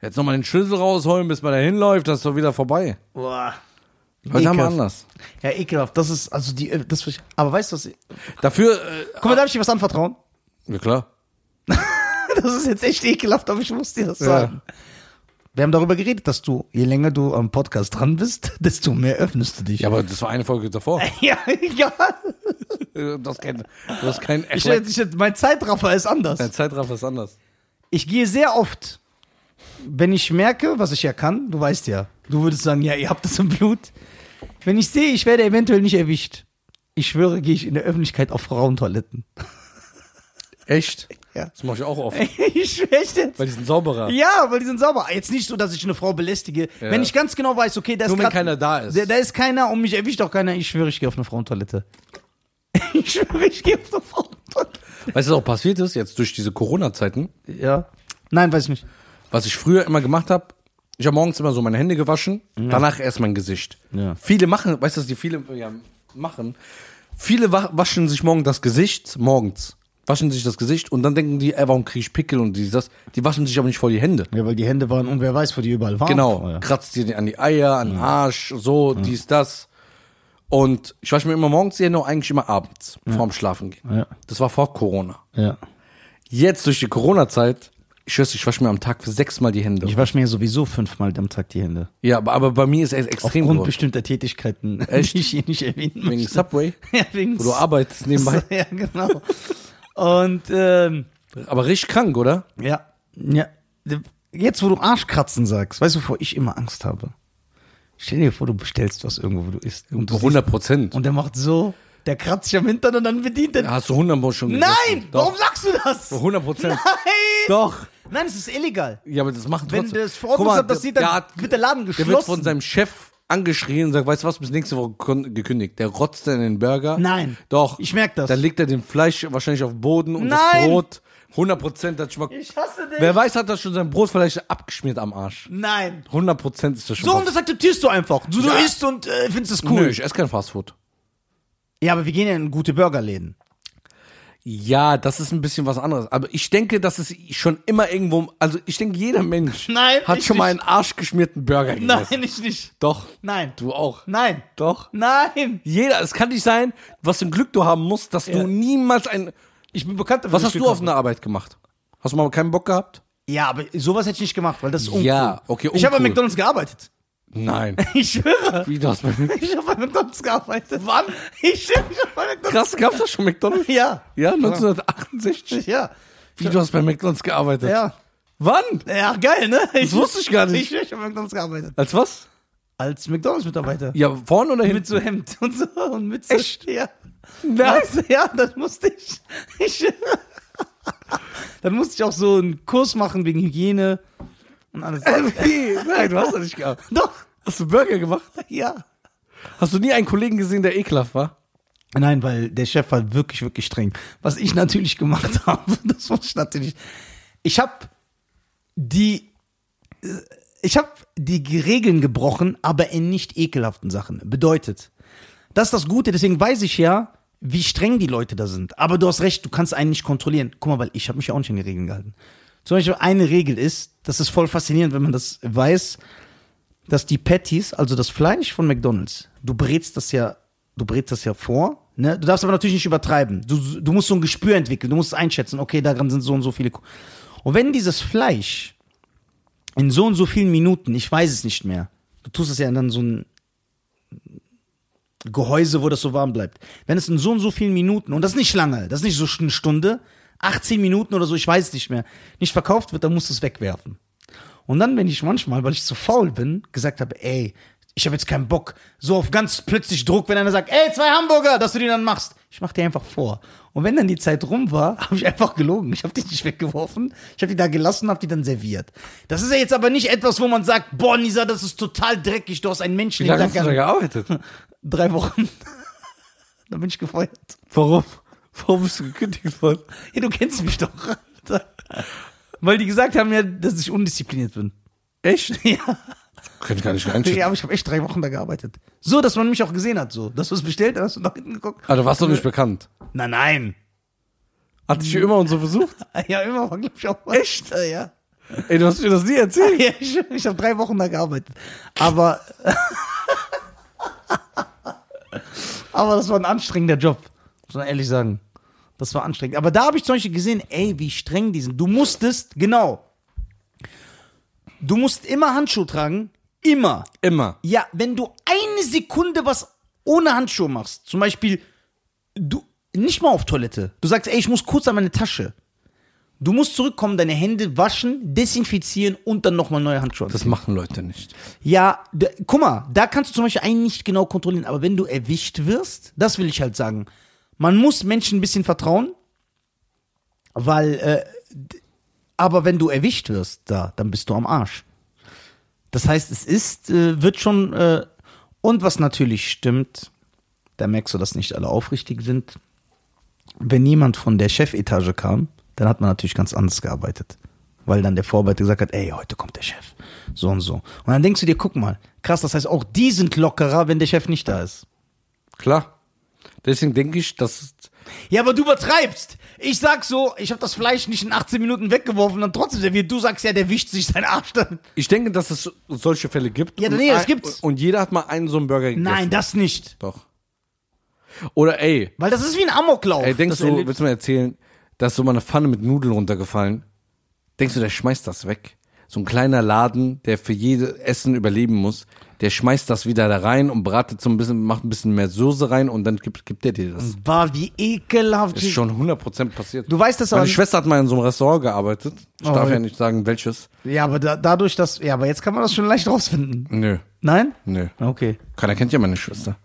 [SPEAKER 2] Jetzt nochmal den Schlüssel rausholen, bis man da hinläuft, das ist doch wieder vorbei.
[SPEAKER 1] Boah.
[SPEAKER 2] Leute haben
[SPEAKER 1] Ekelhaft.
[SPEAKER 2] anders.
[SPEAKER 1] Ja, ekelhaft. Das ist, also die, äh, das, aber weißt du was?
[SPEAKER 2] Dafür, äh,
[SPEAKER 1] Guck mal, darf ich dir was anvertrauen?
[SPEAKER 2] ja klar.
[SPEAKER 1] Das ist jetzt echt ekelhaft, aber ich muss dir das sagen. Wir haben darüber geredet, dass du, je länger du am Podcast dran bist, desto mehr öffnest du dich.
[SPEAKER 2] Ja, aber das war eine Folge davor.
[SPEAKER 1] ja, ja.
[SPEAKER 2] Äh, Das ist kein, das ist kein
[SPEAKER 1] Ich,
[SPEAKER 2] Erschleck.
[SPEAKER 1] ich, mein Zeitraffer ist anders.
[SPEAKER 2] Dein Zeitraffer ist anders.
[SPEAKER 1] Ich gehe sehr oft, wenn ich merke, was ich ja kann, du weißt ja, du würdest sagen, ja, ihr habt das im Blut. Wenn ich sehe, ich werde eventuell nicht erwischt, ich schwöre, gehe ich in der Öffentlichkeit auf Frauentoiletten.
[SPEAKER 2] Echt?
[SPEAKER 1] Ja.
[SPEAKER 2] Das mache ich auch oft,
[SPEAKER 1] ich schwöre ich jetzt.
[SPEAKER 2] weil die sind sauberer.
[SPEAKER 1] Ja, weil die sind sauber. Jetzt nicht so, dass ich eine Frau belästige.
[SPEAKER 2] Ja.
[SPEAKER 1] Wenn ich ganz genau weiß, okay, da ist
[SPEAKER 2] Nur wenn
[SPEAKER 1] grad-
[SPEAKER 2] keiner da ist.
[SPEAKER 1] Da, da ist keiner und mich erwischt auch keiner. Ich schwöre, ich gehe auf eine Frauentoilette. Ich schwöre, ich gehe auf eine Frauentoilette.
[SPEAKER 2] Weißt du, was auch passiert ist, jetzt durch diese Corona-Zeiten?
[SPEAKER 1] Ja. Nein, weiß ich nicht.
[SPEAKER 2] Was ich früher immer gemacht habe, ich habe morgens immer so meine Hände gewaschen, danach erst mein Gesicht.
[SPEAKER 1] Ja.
[SPEAKER 2] Viele machen, weißt du, was die viele ja, machen? Viele wa waschen sich morgen das Gesicht, morgens. Waschen sich das Gesicht und dann denken die, ey, warum kriege ich Pickel und dieses, das. Die waschen sich aber nicht voll die Hände.
[SPEAKER 1] Ja, weil die Hände waren und wer weiß, wo die überall waren. Oh,
[SPEAKER 2] Genau. Kratzt dir an die Eier, an den Arsch, so, dies, das. Und ich wasche mir immer morgens die Hände und eigentlich immer abends, vorm Schlafen gehen.
[SPEAKER 1] Ja.
[SPEAKER 2] Das war vor Corona.
[SPEAKER 1] Ja.
[SPEAKER 2] Jetzt durch die Corona-Zeit, ich schwör's, ich wasche mir am Tag für sechsmal die Hände.
[SPEAKER 1] Ich wasche mir sowieso fünfmal am Tag die Hände.
[SPEAKER 2] Ja, aber, aber bei mir ist es extrem
[SPEAKER 1] Aufgrund
[SPEAKER 2] geworden.
[SPEAKER 1] bestimmter Tätigkeiten,
[SPEAKER 2] Echt?
[SPEAKER 1] die ich hier nicht erwähnen
[SPEAKER 2] Wegen
[SPEAKER 1] möchte.
[SPEAKER 2] Subway,
[SPEAKER 1] Ja, wegen
[SPEAKER 2] wo du arbeitest nebenbei.
[SPEAKER 1] Ja, genau. Und, ähm,
[SPEAKER 2] Aber richtig krank, oder?
[SPEAKER 1] Ja, ja. Jetzt, wo du Arschkratzen sagst, weißt du, wovor ich immer Angst habe? Stell dir vor, du bestellst was irgendwo, wo du isst. Und, du
[SPEAKER 2] 100 Prozent.
[SPEAKER 1] siehst, und der macht so, der kratzt sich am Hintern und dann bedient er.
[SPEAKER 2] Hast du 100 Mal schon gegessen?
[SPEAKER 1] Nein! Warum
[SPEAKER 2] Doch.
[SPEAKER 1] sagst du das?
[SPEAKER 2] 100 Prozent.
[SPEAKER 1] Nein!
[SPEAKER 2] Doch.
[SPEAKER 1] Nein, es ist illegal.
[SPEAKER 2] Ja, aber das machen
[SPEAKER 1] Wenn
[SPEAKER 2] trotzdem.
[SPEAKER 1] das Verordnungsamt das sieht, dann wird der Laden
[SPEAKER 2] Der wird von
[SPEAKER 1] geschlossen.
[SPEAKER 2] seinem Chef angeschrien und sagt, weißt du was, bis nächste Woche kon- gekündigt. Der rotzt dann in den Burger.
[SPEAKER 1] Nein.
[SPEAKER 2] Doch.
[SPEAKER 1] Ich merk das.
[SPEAKER 2] Dann legt er den Fleisch wahrscheinlich auf den Boden und das
[SPEAKER 1] Nein.
[SPEAKER 2] Brot. 100 Prozent hat schon mal...
[SPEAKER 1] Ich hasse dich.
[SPEAKER 2] Wer weiß, hat das schon sein Brot vielleicht abgeschmiert am Arsch.
[SPEAKER 1] Nein.
[SPEAKER 2] 100 Prozent ist das schon
[SPEAKER 1] So, und das
[SPEAKER 2] fast-
[SPEAKER 1] akzeptierst du einfach. Du,
[SPEAKER 2] Ja.
[SPEAKER 1] du isst und äh, findest es
[SPEAKER 2] Nö,
[SPEAKER 1] cool.
[SPEAKER 2] ich esse kein Fastfood.
[SPEAKER 1] Ja, aber wir gehen ja in gute Burgerläden.
[SPEAKER 2] Ja, das ist ein bisschen was anderes. Aber ich denke, dass es schon immer irgendwo. Also ich denke, jeder Mensch
[SPEAKER 1] Nein,
[SPEAKER 2] hat
[SPEAKER 1] ich
[SPEAKER 2] schon mal einen
[SPEAKER 1] nicht.
[SPEAKER 2] arschgeschmierten Burger gegessen.
[SPEAKER 1] ich nicht.
[SPEAKER 2] Doch.
[SPEAKER 1] Nein.
[SPEAKER 2] Du auch.
[SPEAKER 1] Nein.
[SPEAKER 2] Doch.
[SPEAKER 1] Nein.
[SPEAKER 2] Jeder. Es kann nicht sein, was für ein Glück du haben musst, dass du niemals ein.
[SPEAKER 1] Ich bin bekannt dafür.
[SPEAKER 2] Was
[SPEAKER 1] dass
[SPEAKER 2] hast
[SPEAKER 1] ich
[SPEAKER 2] du auf
[SPEAKER 1] gekauft
[SPEAKER 2] einer Arbeit gemacht? Hast du mal keinen Bock gehabt?
[SPEAKER 1] Ja, aber sowas hätte ich nicht gemacht, weil das ist uncool.
[SPEAKER 2] Ja, okay,
[SPEAKER 1] Ich habe bei
[SPEAKER 2] uncool.
[SPEAKER 1] McDonalds gearbeitet.
[SPEAKER 2] Nein.
[SPEAKER 1] Ich schwöre.
[SPEAKER 2] Wie du hast bei mir.
[SPEAKER 1] Ich habe bei McDonalds gearbeitet. Wann? Ich schwöre, ich habe bei McDonalds
[SPEAKER 2] Krass, gab's das schon McDonalds?
[SPEAKER 1] Ja.
[SPEAKER 2] Ja, 1968.
[SPEAKER 1] Ja.
[SPEAKER 2] Wie du hast bei McDonalds gearbeitet?
[SPEAKER 1] Ja.
[SPEAKER 2] Wann?
[SPEAKER 1] Ja, geil, ne? Ich
[SPEAKER 2] wusste ich gar nicht.
[SPEAKER 1] Ich schwöre, ich habe bei McDonalds gearbeitet.
[SPEAKER 2] Als was?
[SPEAKER 1] als McDonalds-Mitarbeiter.
[SPEAKER 2] Ja, vorne oder
[SPEAKER 1] Mit
[SPEAKER 2] hinten?
[SPEAKER 1] so Hemd und so und mit so
[SPEAKER 2] Echt?
[SPEAKER 1] Ja. Was? Ja, das musste ich. ich dann musste ich auch so einen Kurs machen wegen Hygiene und alles.
[SPEAKER 2] Nee, Nein, du hast das nicht gehabt.
[SPEAKER 1] Doch,
[SPEAKER 2] Hast du Burger gemacht?
[SPEAKER 1] ja.
[SPEAKER 2] Hast du nie einen Kollegen gesehen, der ekelhaft war?
[SPEAKER 1] Nein, weil der Chef war wirklich, wirklich streng. Was ich natürlich gemacht habe, das muss ich natürlich. Ich habe die. äh, Ich habe die Regeln gebrochen, aber in nicht ekelhaften Sachen. Bedeutet, das ist das Gute, deswegen weiß ich ja, wie streng die Leute da sind. Aber du hast recht, du kannst einen nicht kontrollieren. Guck mal, weil ich habe mich ja auch nicht an die Regeln gehalten. Zum Beispiel eine Regel ist, das ist voll faszinierend, wenn man das weiß, dass die Patties, also das Fleisch von McDonalds, du brätst das ja, du brätst das ja vor. Ne? Du darfst aber natürlich nicht übertreiben. Du, du musst so ein Gespür entwickeln, du musst es einschätzen, okay, daran sind so und so viele. Ku- Und wenn dieses Fleisch in so und so vielen Minuten, ich weiß es nicht mehr, du tust es ja in dann so ein Gehäuse, wo das so warm bleibt. Wenn es in so und so vielen Minuten, und das ist nicht lange, das ist nicht so eine Stunde, 18 Minuten oder so, ich weiß es nicht mehr, nicht verkauft wird, dann musst du es wegwerfen. Und dann, wenn ich manchmal, weil ich zu faul bin, gesagt habe, ey, ich habe jetzt keinen Bock, so auf ganz plötzlich Druck, wenn einer sagt, ey, zwei Hamburger, dass du die dann machst. Ich mach dir einfach vor. Und wenn dann die Zeit rum war, habe ich einfach gelogen. Ich habe die nicht weggeworfen. Ich habe die da gelassen und habe die dann serviert. Das ist ja jetzt aber nicht etwas, wo man sagt, boah, Nisa, das ist total dreckig. Du hast einen Menschen
[SPEAKER 2] Wie lange hast du da gearbeitet?
[SPEAKER 1] drei Wochen. da bin ich gefeuert.
[SPEAKER 2] Warum? Warum bist du gekündigt worden?
[SPEAKER 1] Hey, du kennst mich doch. Alter. Weil die gesagt haben ja, dass ich undiszipliniert bin.
[SPEAKER 2] Echt?
[SPEAKER 1] Ja,
[SPEAKER 2] Kann ich gar nicht
[SPEAKER 1] ja
[SPEAKER 2] einschätzen.
[SPEAKER 1] aber ich habe echt drei Wochen da gearbeitet. So, dass man mich auch gesehen hat, so. Dass du es bestellt hast und nach hinten geguckt.
[SPEAKER 2] Aber Ah, du warst doch nicht bekannt.
[SPEAKER 1] Na nein.
[SPEAKER 2] Hat dich hier immer und so besucht?
[SPEAKER 1] Ja, immer war, glaub ich, auch mal. Echt? Ja.
[SPEAKER 2] Ey, du hast mir das nie erzählt.
[SPEAKER 1] ja ich ich habe drei Wochen da gearbeitet. Aber. aber das war ein anstrengender Job. Muss man ehrlich sagen. Das war anstrengend. Aber da habe ich zum Beispiel gesehen, ey, wie streng die sind. Du musstest, genau. Du musst immer Handschuhe tragen. Immer.
[SPEAKER 2] Immer.
[SPEAKER 1] Ja, wenn du eine Sekunde was ohne Handschuhe machst, zum Beispiel, du nicht mal auf Toilette, du sagst, ey, ich muss kurz an meine Tasche. Du musst zurückkommen, deine Hände waschen, desinfizieren und dann nochmal neue Handschuhe.
[SPEAKER 2] Das machen Leute nicht.
[SPEAKER 1] Ja, d- guck mal, da kannst du zum Beispiel einen nicht genau kontrollieren, aber wenn du erwischt wirst, das will ich halt sagen. Man muss Menschen ein bisschen vertrauen, weil, äh, d- aber wenn du erwischt wirst, da, dann bist du am Arsch. Das heißt, es ist, äh, wird schon, äh, und was natürlich stimmt, da merkst du, dass nicht alle aufrichtig sind. Wenn jemand von der Chefetage kam, dann hat man natürlich ganz anders gearbeitet. Weil dann der Vorarbeiter gesagt hat, ey, heute kommt der Chef. So und so. Und dann denkst du dir, guck mal, krass, das heißt, auch die sind lockerer, wenn der Chef nicht da ist.
[SPEAKER 2] Klar. Deswegen denke ich, dass.
[SPEAKER 1] Ja, aber du übertreibst. Ich sag so, ich habe das Fleisch nicht in 18 Minuten weggeworfen und trotzdem serviert. Du sagst ja, der wischt sich seinen Arsch dann.
[SPEAKER 2] Ich denke, dass es solche Fälle gibt.
[SPEAKER 1] Ja,
[SPEAKER 2] Und
[SPEAKER 1] nee, das
[SPEAKER 2] ein-
[SPEAKER 1] gibt's.
[SPEAKER 2] Und jeder hat mal einen so einen Burger gegessen.
[SPEAKER 1] Nein, das nicht.
[SPEAKER 2] Doch. Oder ey,
[SPEAKER 1] Weil das ist wie ein Amoklauf.
[SPEAKER 2] ey denkst
[SPEAKER 1] das
[SPEAKER 2] du,
[SPEAKER 1] erlebst-
[SPEAKER 2] willst du mir erzählen, da ist so mal eine Pfanne mit Nudeln runtergefallen? Denkst du, der schmeißt das weg? So ein kleiner Laden, der für jedes Essen überleben muss, der schmeißt das wieder da rein und bratet so ein bisschen, macht ein bisschen mehr Soße rein und dann gibt, gibt er dir das.
[SPEAKER 1] War wie ekelhaft.
[SPEAKER 2] Ist schon 100% passiert.
[SPEAKER 1] Du weißt das
[SPEAKER 2] Meine
[SPEAKER 1] aber-
[SPEAKER 2] Schwester hat mal in so einem Restaurant gearbeitet. Ich
[SPEAKER 1] Oh,
[SPEAKER 2] darf
[SPEAKER 1] ja.
[SPEAKER 2] ja nicht sagen, welches.
[SPEAKER 1] Ja, aber da, dadurch, dass. Ja, aber jetzt kann man das schon leicht rausfinden.
[SPEAKER 2] Nö,
[SPEAKER 1] Nein?
[SPEAKER 2] nö.
[SPEAKER 1] Okay.
[SPEAKER 2] Keiner kennt ja meine Schwester.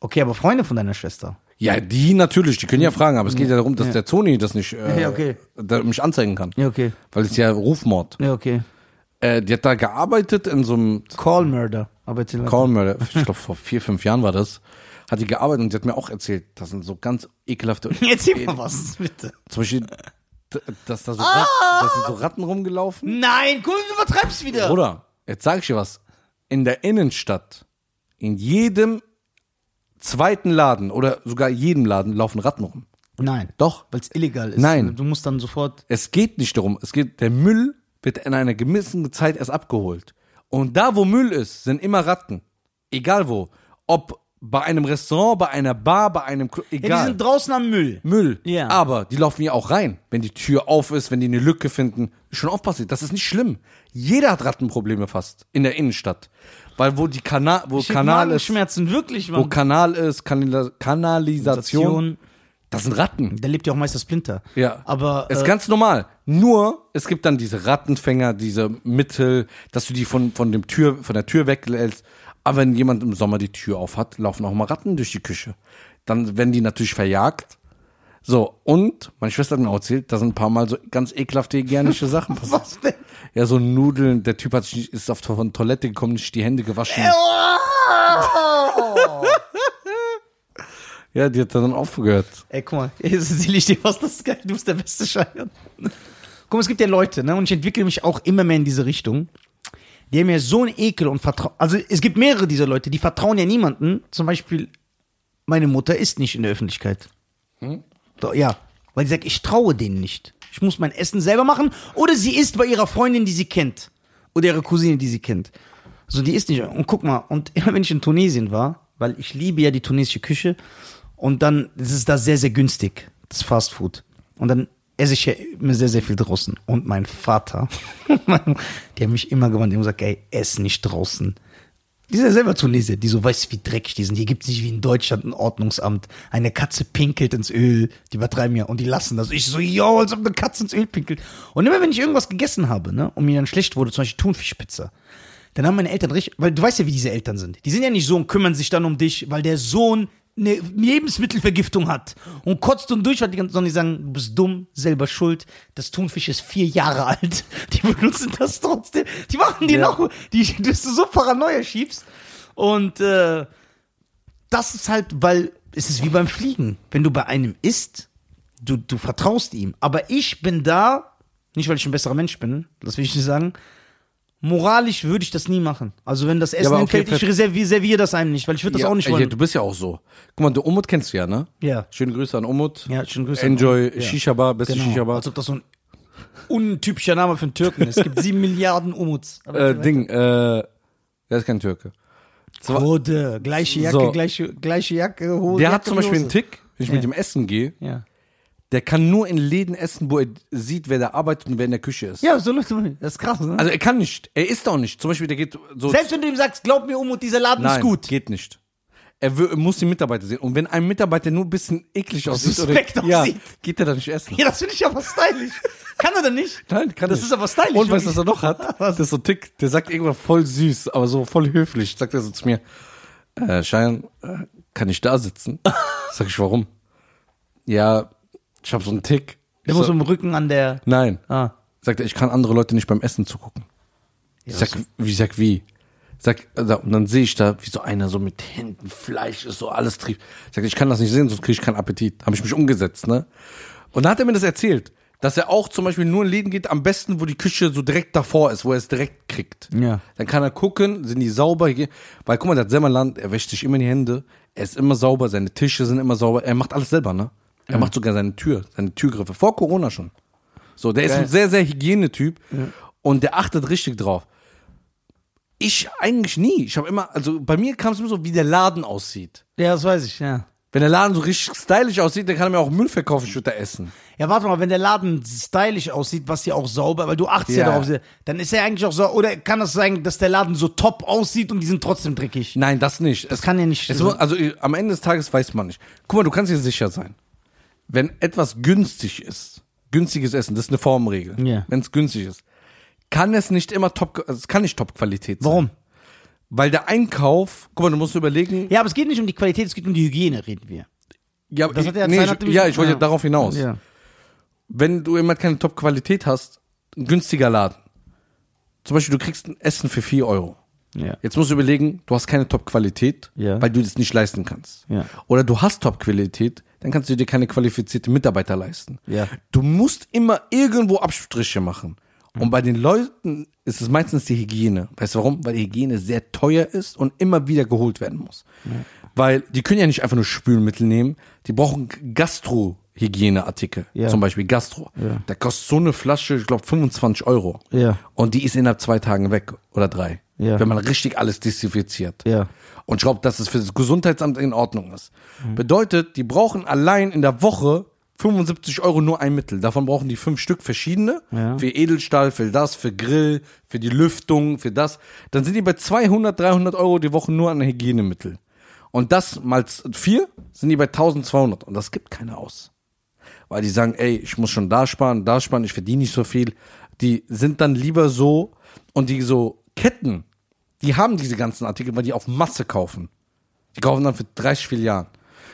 [SPEAKER 1] Okay, aber Freunde von deiner Schwester.
[SPEAKER 2] Ja, die natürlich, die können ja fragen, aber es geht ja darum, dass der Zoni das nicht, äh,
[SPEAKER 1] Ja, okay.
[SPEAKER 2] da mich anzeigen kann.
[SPEAKER 1] Ja, okay.
[SPEAKER 2] Weil es ja Rufmord.
[SPEAKER 1] Ja, okay.
[SPEAKER 2] Äh, die hat da gearbeitet in so einem
[SPEAKER 1] Call Murder. Aber erzähl weiter.
[SPEAKER 2] Cornmörder, ich glaube vor vier, fünf Jahren war das, hat die gearbeitet und die hat mir auch erzählt, das sind so ganz ekelhafte,
[SPEAKER 1] Erzähl mal was, bitte.
[SPEAKER 2] zum Beispiel, d- dass da so,
[SPEAKER 1] Ah!
[SPEAKER 2] Ratten, das sind so Ratten rumgelaufen.
[SPEAKER 1] Nein, guck, du übertreibst wieder.
[SPEAKER 2] Bruder, jetzt sag ich dir was, in der Innenstadt, in jedem zweiten Laden oder sogar jedem Laden laufen Ratten rum.
[SPEAKER 1] Nein.
[SPEAKER 2] Doch.
[SPEAKER 1] Weil es illegal ist.
[SPEAKER 2] Nein.
[SPEAKER 1] Du musst dann sofort.
[SPEAKER 2] Es geht nicht darum. Es geht, der Müll wird in einer gewissen Zeit erst abgeholt. Und da, wo Müll ist, sind immer Ratten. Egal wo. Ob bei einem Restaurant, bei einer Bar, bei einem Club,
[SPEAKER 1] Ja,
[SPEAKER 2] egal.
[SPEAKER 1] die sind draußen am Müll.
[SPEAKER 2] Müll.
[SPEAKER 1] Ja.
[SPEAKER 2] Aber die laufen ja auch rein, wenn die Tür auf ist, wenn die eine Lücke finden. Schon aufpassen, das ist nicht schlimm. Jeder hat Rattenprobleme fast in der Innenstadt. Weil wo die Kana wo
[SPEAKER 1] Shit,
[SPEAKER 2] Kanal ist,
[SPEAKER 1] Magenschmerzen, wirklich,
[SPEAKER 2] wo
[SPEAKER 1] Mann.
[SPEAKER 2] Kanal ist, Kanal Kanalisation,
[SPEAKER 1] Station.
[SPEAKER 2] das sind Ratten.
[SPEAKER 1] Da lebt ja auch meist der Splinter.
[SPEAKER 2] Ja.
[SPEAKER 1] Aber.
[SPEAKER 2] Ist
[SPEAKER 1] äh,
[SPEAKER 2] ganz normal. Nur, es gibt dann diese Rattenfänger, diese Mittel, dass du die von, von dem Tür, von der Tür weglässt. Aber wenn jemand im Sommer die Tür auf hat, laufen auch mal Ratten durch die Küche. Dann werden die natürlich verjagt. So, und meine Schwester hat mir auch erzählt, da sind ein paar Mal so ganz ekelhafte hygienische Sachen passiert.
[SPEAKER 1] Was denn?
[SPEAKER 2] Ja, so Nudeln. Der Typ hat sich, nicht- ist auf von Toilette gekommen, nicht die Hände gewaschen.
[SPEAKER 1] Ah!
[SPEAKER 2] Ja, die hat dann aufgehört.
[SPEAKER 1] Ey, guck mal, hier ist die Licht, was das ist geil. Du bist der beste Scheier. Guck mal, es gibt ja Leute, ne? Und ich entwickle mich auch immer mehr in diese Richtung. Die haben ja so einen Ekel und Vertrauen. Also es gibt mehrere dieser Leute, die vertrauen ja niemanden. Zum Beispiel, meine Mutter ist nicht in der Öffentlichkeit. Doch, ja. Weil sie sagt, ich traue denen nicht. Ich muss mein Essen selber machen. Oder sie isst bei ihrer Freundin, die sie kennt. Oder ihrer Cousine, die sie kennt. So, die isst nicht. Und guck mal, und immer wenn ich in Tunesien war, weil ich liebe ja die tunesische Küche, und dann ist es da sehr, sehr günstig, das Fastfood. Und dann esse ich ja immer sehr, sehr viel draußen. Und mein Vater, der hat mich immer gewarnt, der hat gesagt, ey, ess nicht draußen. Die sind ja selber Tunesier, die so weiß, wie dreckig die sind. Hier gibt's nicht wie in Deutschland ein Ordnungsamt. Eine Katze pinkelt ins Öl, die übertreiben ja und die lassen das. Ich so, yo, als ob eine Katze ins Öl pinkelt. Und immer wenn ich irgendwas gegessen habe, ne, und mir dann schlecht wurde, zum Beispiel Thunfischpizza, dann haben meine Eltern richtig, weil du weißt ja, wie diese Eltern sind. Die sind ja nicht so und kümmern sich dann um dich, weil der Sohn eine Lebensmittelvergiftung hat und kotzt und durch, sondern die sagen, du bist dumm, selber schuld, das Thunfisch ist vier Jahre alt, die benutzen das trotzdem, die machen dir
[SPEAKER 2] Ja.
[SPEAKER 1] noch, die, dass du so Paranoia schiebst und äh, das ist halt, weil es ist wie beim Fliegen. Wenn du bei einem isst, du, du vertraust ihm. Aber ich bin da, nicht weil ich ein besserer Mensch bin, das will ich nicht sagen. Moralisch würde ich das nie machen. Also wenn das Essen
[SPEAKER 2] aber okay,
[SPEAKER 1] entfällt, ich
[SPEAKER 2] ver-
[SPEAKER 1] reserviere, serviere das einem nicht, weil ich würde das
[SPEAKER 2] ja,
[SPEAKER 1] auch nicht
[SPEAKER 2] ey,
[SPEAKER 1] wollen.
[SPEAKER 2] du bist ja auch so. Guck mal, du Umut kennst du ja, ne?
[SPEAKER 1] Ja.
[SPEAKER 2] Schöne Grüße an Umut.
[SPEAKER 1] Ja, schönen Grüße an
[SPEAKER 2] Enjoy,
[SPEAKER 1] Umut. Ja.
[SPEAKER 2] Shisha-Bar, beste
[SPEAKER 1] genau.
[SPEAKER 2] Shisha-Bar.
[SPEAKER 1] Als ob das so ein untypischer Name für einen Türken ist. Es gibt sieben Milliarden Umuts. Aber
[SPEAKER 2] äh, Ding, äh, der ist kein Türke.
[SPEAKER 1] Kurde, gleiche Jacke,
[SPEAKER 2] So.
[SPEAKER 1] gleiche, gleiche Jacke, Hose.
[SPEAKER 2] Der
[SPEAKER 1] Jacke,
[SPEAKER 2] hat zum Beispiel einen
[SPEAKER 1] Oh, Hose.
[SPEAKER 2] Tick, wenn ich mit dem Essen gehe,
[SPEAKER 1] Ja.
[SPEAKER 2] der kann nur in Läden essen, wo er sieht, wer da arbeitet und wer in der Küche ist.
[SPEAKER 1] ja, so Leute, das ist krass, ne?
[SPEAKER 2] Also er kann nicht. Er isst auch nicht. Zum Beispiel, der geht so.
[SPEAKER 1] Selbst wenn du ihm sagst, glaub mir, Umut, dieser Laden
[SPEAKER 2] Nein,
[SPEAKER 1] ist gut.
[SPEAKER 2] geht nicht. Er wö- muss die Mitarbeiter sehen. Und wenn ein Mitarbeiter nur ein bisschen eklig aussieht,
[SPEAKER 1] Suspekt
[SPEAKER 2] oder, ja,
[SPEAKER 1] aussieht.
[SPEAKER 2] geht er dann nicht essen.
[SPEAKER 1] Ja, das finde ich aber stylisch. Kann er denn nicht?
[SPEAKER 2] Nein, kann
[SPEAKER 1] Das
[SPEAKER 2] nicht.
[SPEAKER 1] ist aber stylisch,
[SPEAKER 2] Und weißt
[SPEAKER 1] wirklich.
[SPEAKER 2] du, was er noch hat? Das ist so Tick. Der sagt irgendwann voll süß, aber so voll höflich. Sagt er so zu mir, äh, Schein, äh, kann ich da sitzen? Sag ich, warum? Ja, ich habe so einen Tick. Ich
[SPEAKER 1] Der muss
[SPEAKER 2] so,
[SPEAKER 1] im Rücken an der.
[SPEAKER 2] nein.
[SPEAKER 1] Ah.
[SPEAKER 2] Sagt er, ich kann andere Leute nicht beim Essen zugucken. Ich sag, wie, ich sag, wie? Sag, äh, da- und dann sehe ich da, wie so einer so mit Händen, Fleisch ist so, alles trieft. Sagt, ich kann das nicht sehen, sonst kriege ich keinen Appetit. Habe ich mich umgesetzt, ne? Und dann hat er mir das erzählt, dass er auch zum Beispiel nur in Läden geht, am besten, wo die Küche so direkt davor ist, wo er es direkt kriegt.
[SPEAKER 1] Ja.
[SPEAKER 2] Dann kann er gucken, sind die sauber. Hier- Weil guck mal, der hat selber ein Land, er wäscht sich immer die Hände, er ist immer sauber, seine Tische sind immer sauber, er macht alles selber, ne? Er macht sogar seine Tür, seine Türgriffe, vor Corona schon. So, der ist ein sehr, sehr Hygienetyp und der achtet richtig drauf. Ich eigentlich nie. Ich habe immer, also bei mir kam es immer so, wie der Laden aussieht.
[SPEAKER 1] Ja, das weiß ich, ja.
[SPEAKER 2] Wenn der Laden so richtig stylisch aussieht, dann kann er mir auch Müll verkaufen, ich würde da essen.
[SPEAKER 1] Ja, warte mal, wenn der Laden stylisch aussieht, was ja auch sauber, weil du achtest ja,
[SPEAKER 2] Ja.
[SPEAKER 1] darauf, dann ist er eigentlich auch so. Oder kann das sein, dass der Laden so top aussieht und die sind trotzdem dreckig?
[SPEAKER 2] Nein, das nicht. Das
[SPEAKER 1] kann ja nicht
[SPEAKER 2] Es,
[SPEAKER 1] sein.
[SPEAKER 2] muss- also äh, am Ende des Tages weiß man nicht. Guck mal, du kannst dir sicher sein, wenn etwas günstig ist, günstiges Essen, das ist eine Formregel.
[SPEAKER 1] Ja.
[SPEAKER 2] Wenn es günstig ist, kann es nicht immer Top, also es kann nicht Top-Qualität sein.
[SPEAKER 1] Warum?
[SPEAKER 2] Weil der Einkauf, guck mal, du musst überlegen.
[SPEAKER 1] Ja, aber es geht nicht um die Qualität, es geht um die Hygiene, reden wir.
[SPEAKER 2] Ja,
[SPEAKER 1] Das hat ja
[SPEAKER 2] nee,
[SPEAKER 1] Zayn hat
[SPEAKER 2] ich,
[SPEAKER 1] nämlich-
[SPEAKER 2] ja ich wollte ja darauf hinaus.
[SPEAKER 1] Ja.
[SPEAKER 2] wenn du immer keine Top-Qualität hast, ein günstiger Laden. Zum Beispiel, du kriegst ein Essen für 4 Euro.
[SPEAKER 1] Ja.
[SPEAKER 2] Jetzt musst du überlegen, du hast keine Top-Qualität,
[SPEAKER 1] Ja.
[SPEAKER 2] weil du das nicht leisten kannst.
[SPEAKER 1] Ja.
[SPEAKER 2] Oder du hast Top-Qualität, dann kannst du dir keine qualifizierten Mitarbeiter leisten.
[SPEAKER 1] Ja.
[SPEAKER 2] Du musst immer irgendwo Abstriche machen.
[SPEAKER 1] Mhm.
[SPEAKER 2] Und bei den Leuten ist es meistens die Hygiene. Weißt du warum? Weil die Hygiene sehr teuer ist und immer wieder geholt werden muss. Weil die können ja nicht einfach nur Spülmittel nehmen, die brauchen Gastro-Hygieneartikel.
[SPEAKER 1] Ja.
[SPEAKER 2] Zum Beispiel Gastro. Da kostet so eine Flasche, ich glaube, 25 Euro.
[SPEAKER 1] Ja.
[SPEAKER 2] Und die ist innerhalb zwei Tagen weg oder drei.
[SPEAKER 1] Ja.
[SPEAKER 2] Wenn man richtig alles desinfiziert.
[SPEAKER 1] Ja.
[SPEAKER 2] Und ich glaube, dass es für das Gesundheitsamt in Ordnung ist. Bedeutet, die brauchen allein in der Woche 75 Euro nur ein Mittel. Davon brauchen die fünf Stück verschiedene.
[SPEAKER 1] Ja.
[SPEAKER 2] Für Edelstahl, für das, für Grill, für die Lüftung, für das. Dann sind die bei 200, 300 Euro die Woche nur an Hygienemittel. Und das mal z- vier sind die bei 1200. Und das gibt keiner aus. Weil die sagen, ey, ich muss schon da sparen, da sparen, ich verdiene nicht so viel. Die sind dann lieber so und die so Ketten, Die haben diese ganzen Artikel, weil die auf Masse kaufen. Die kaufen dann für 30 Filialen.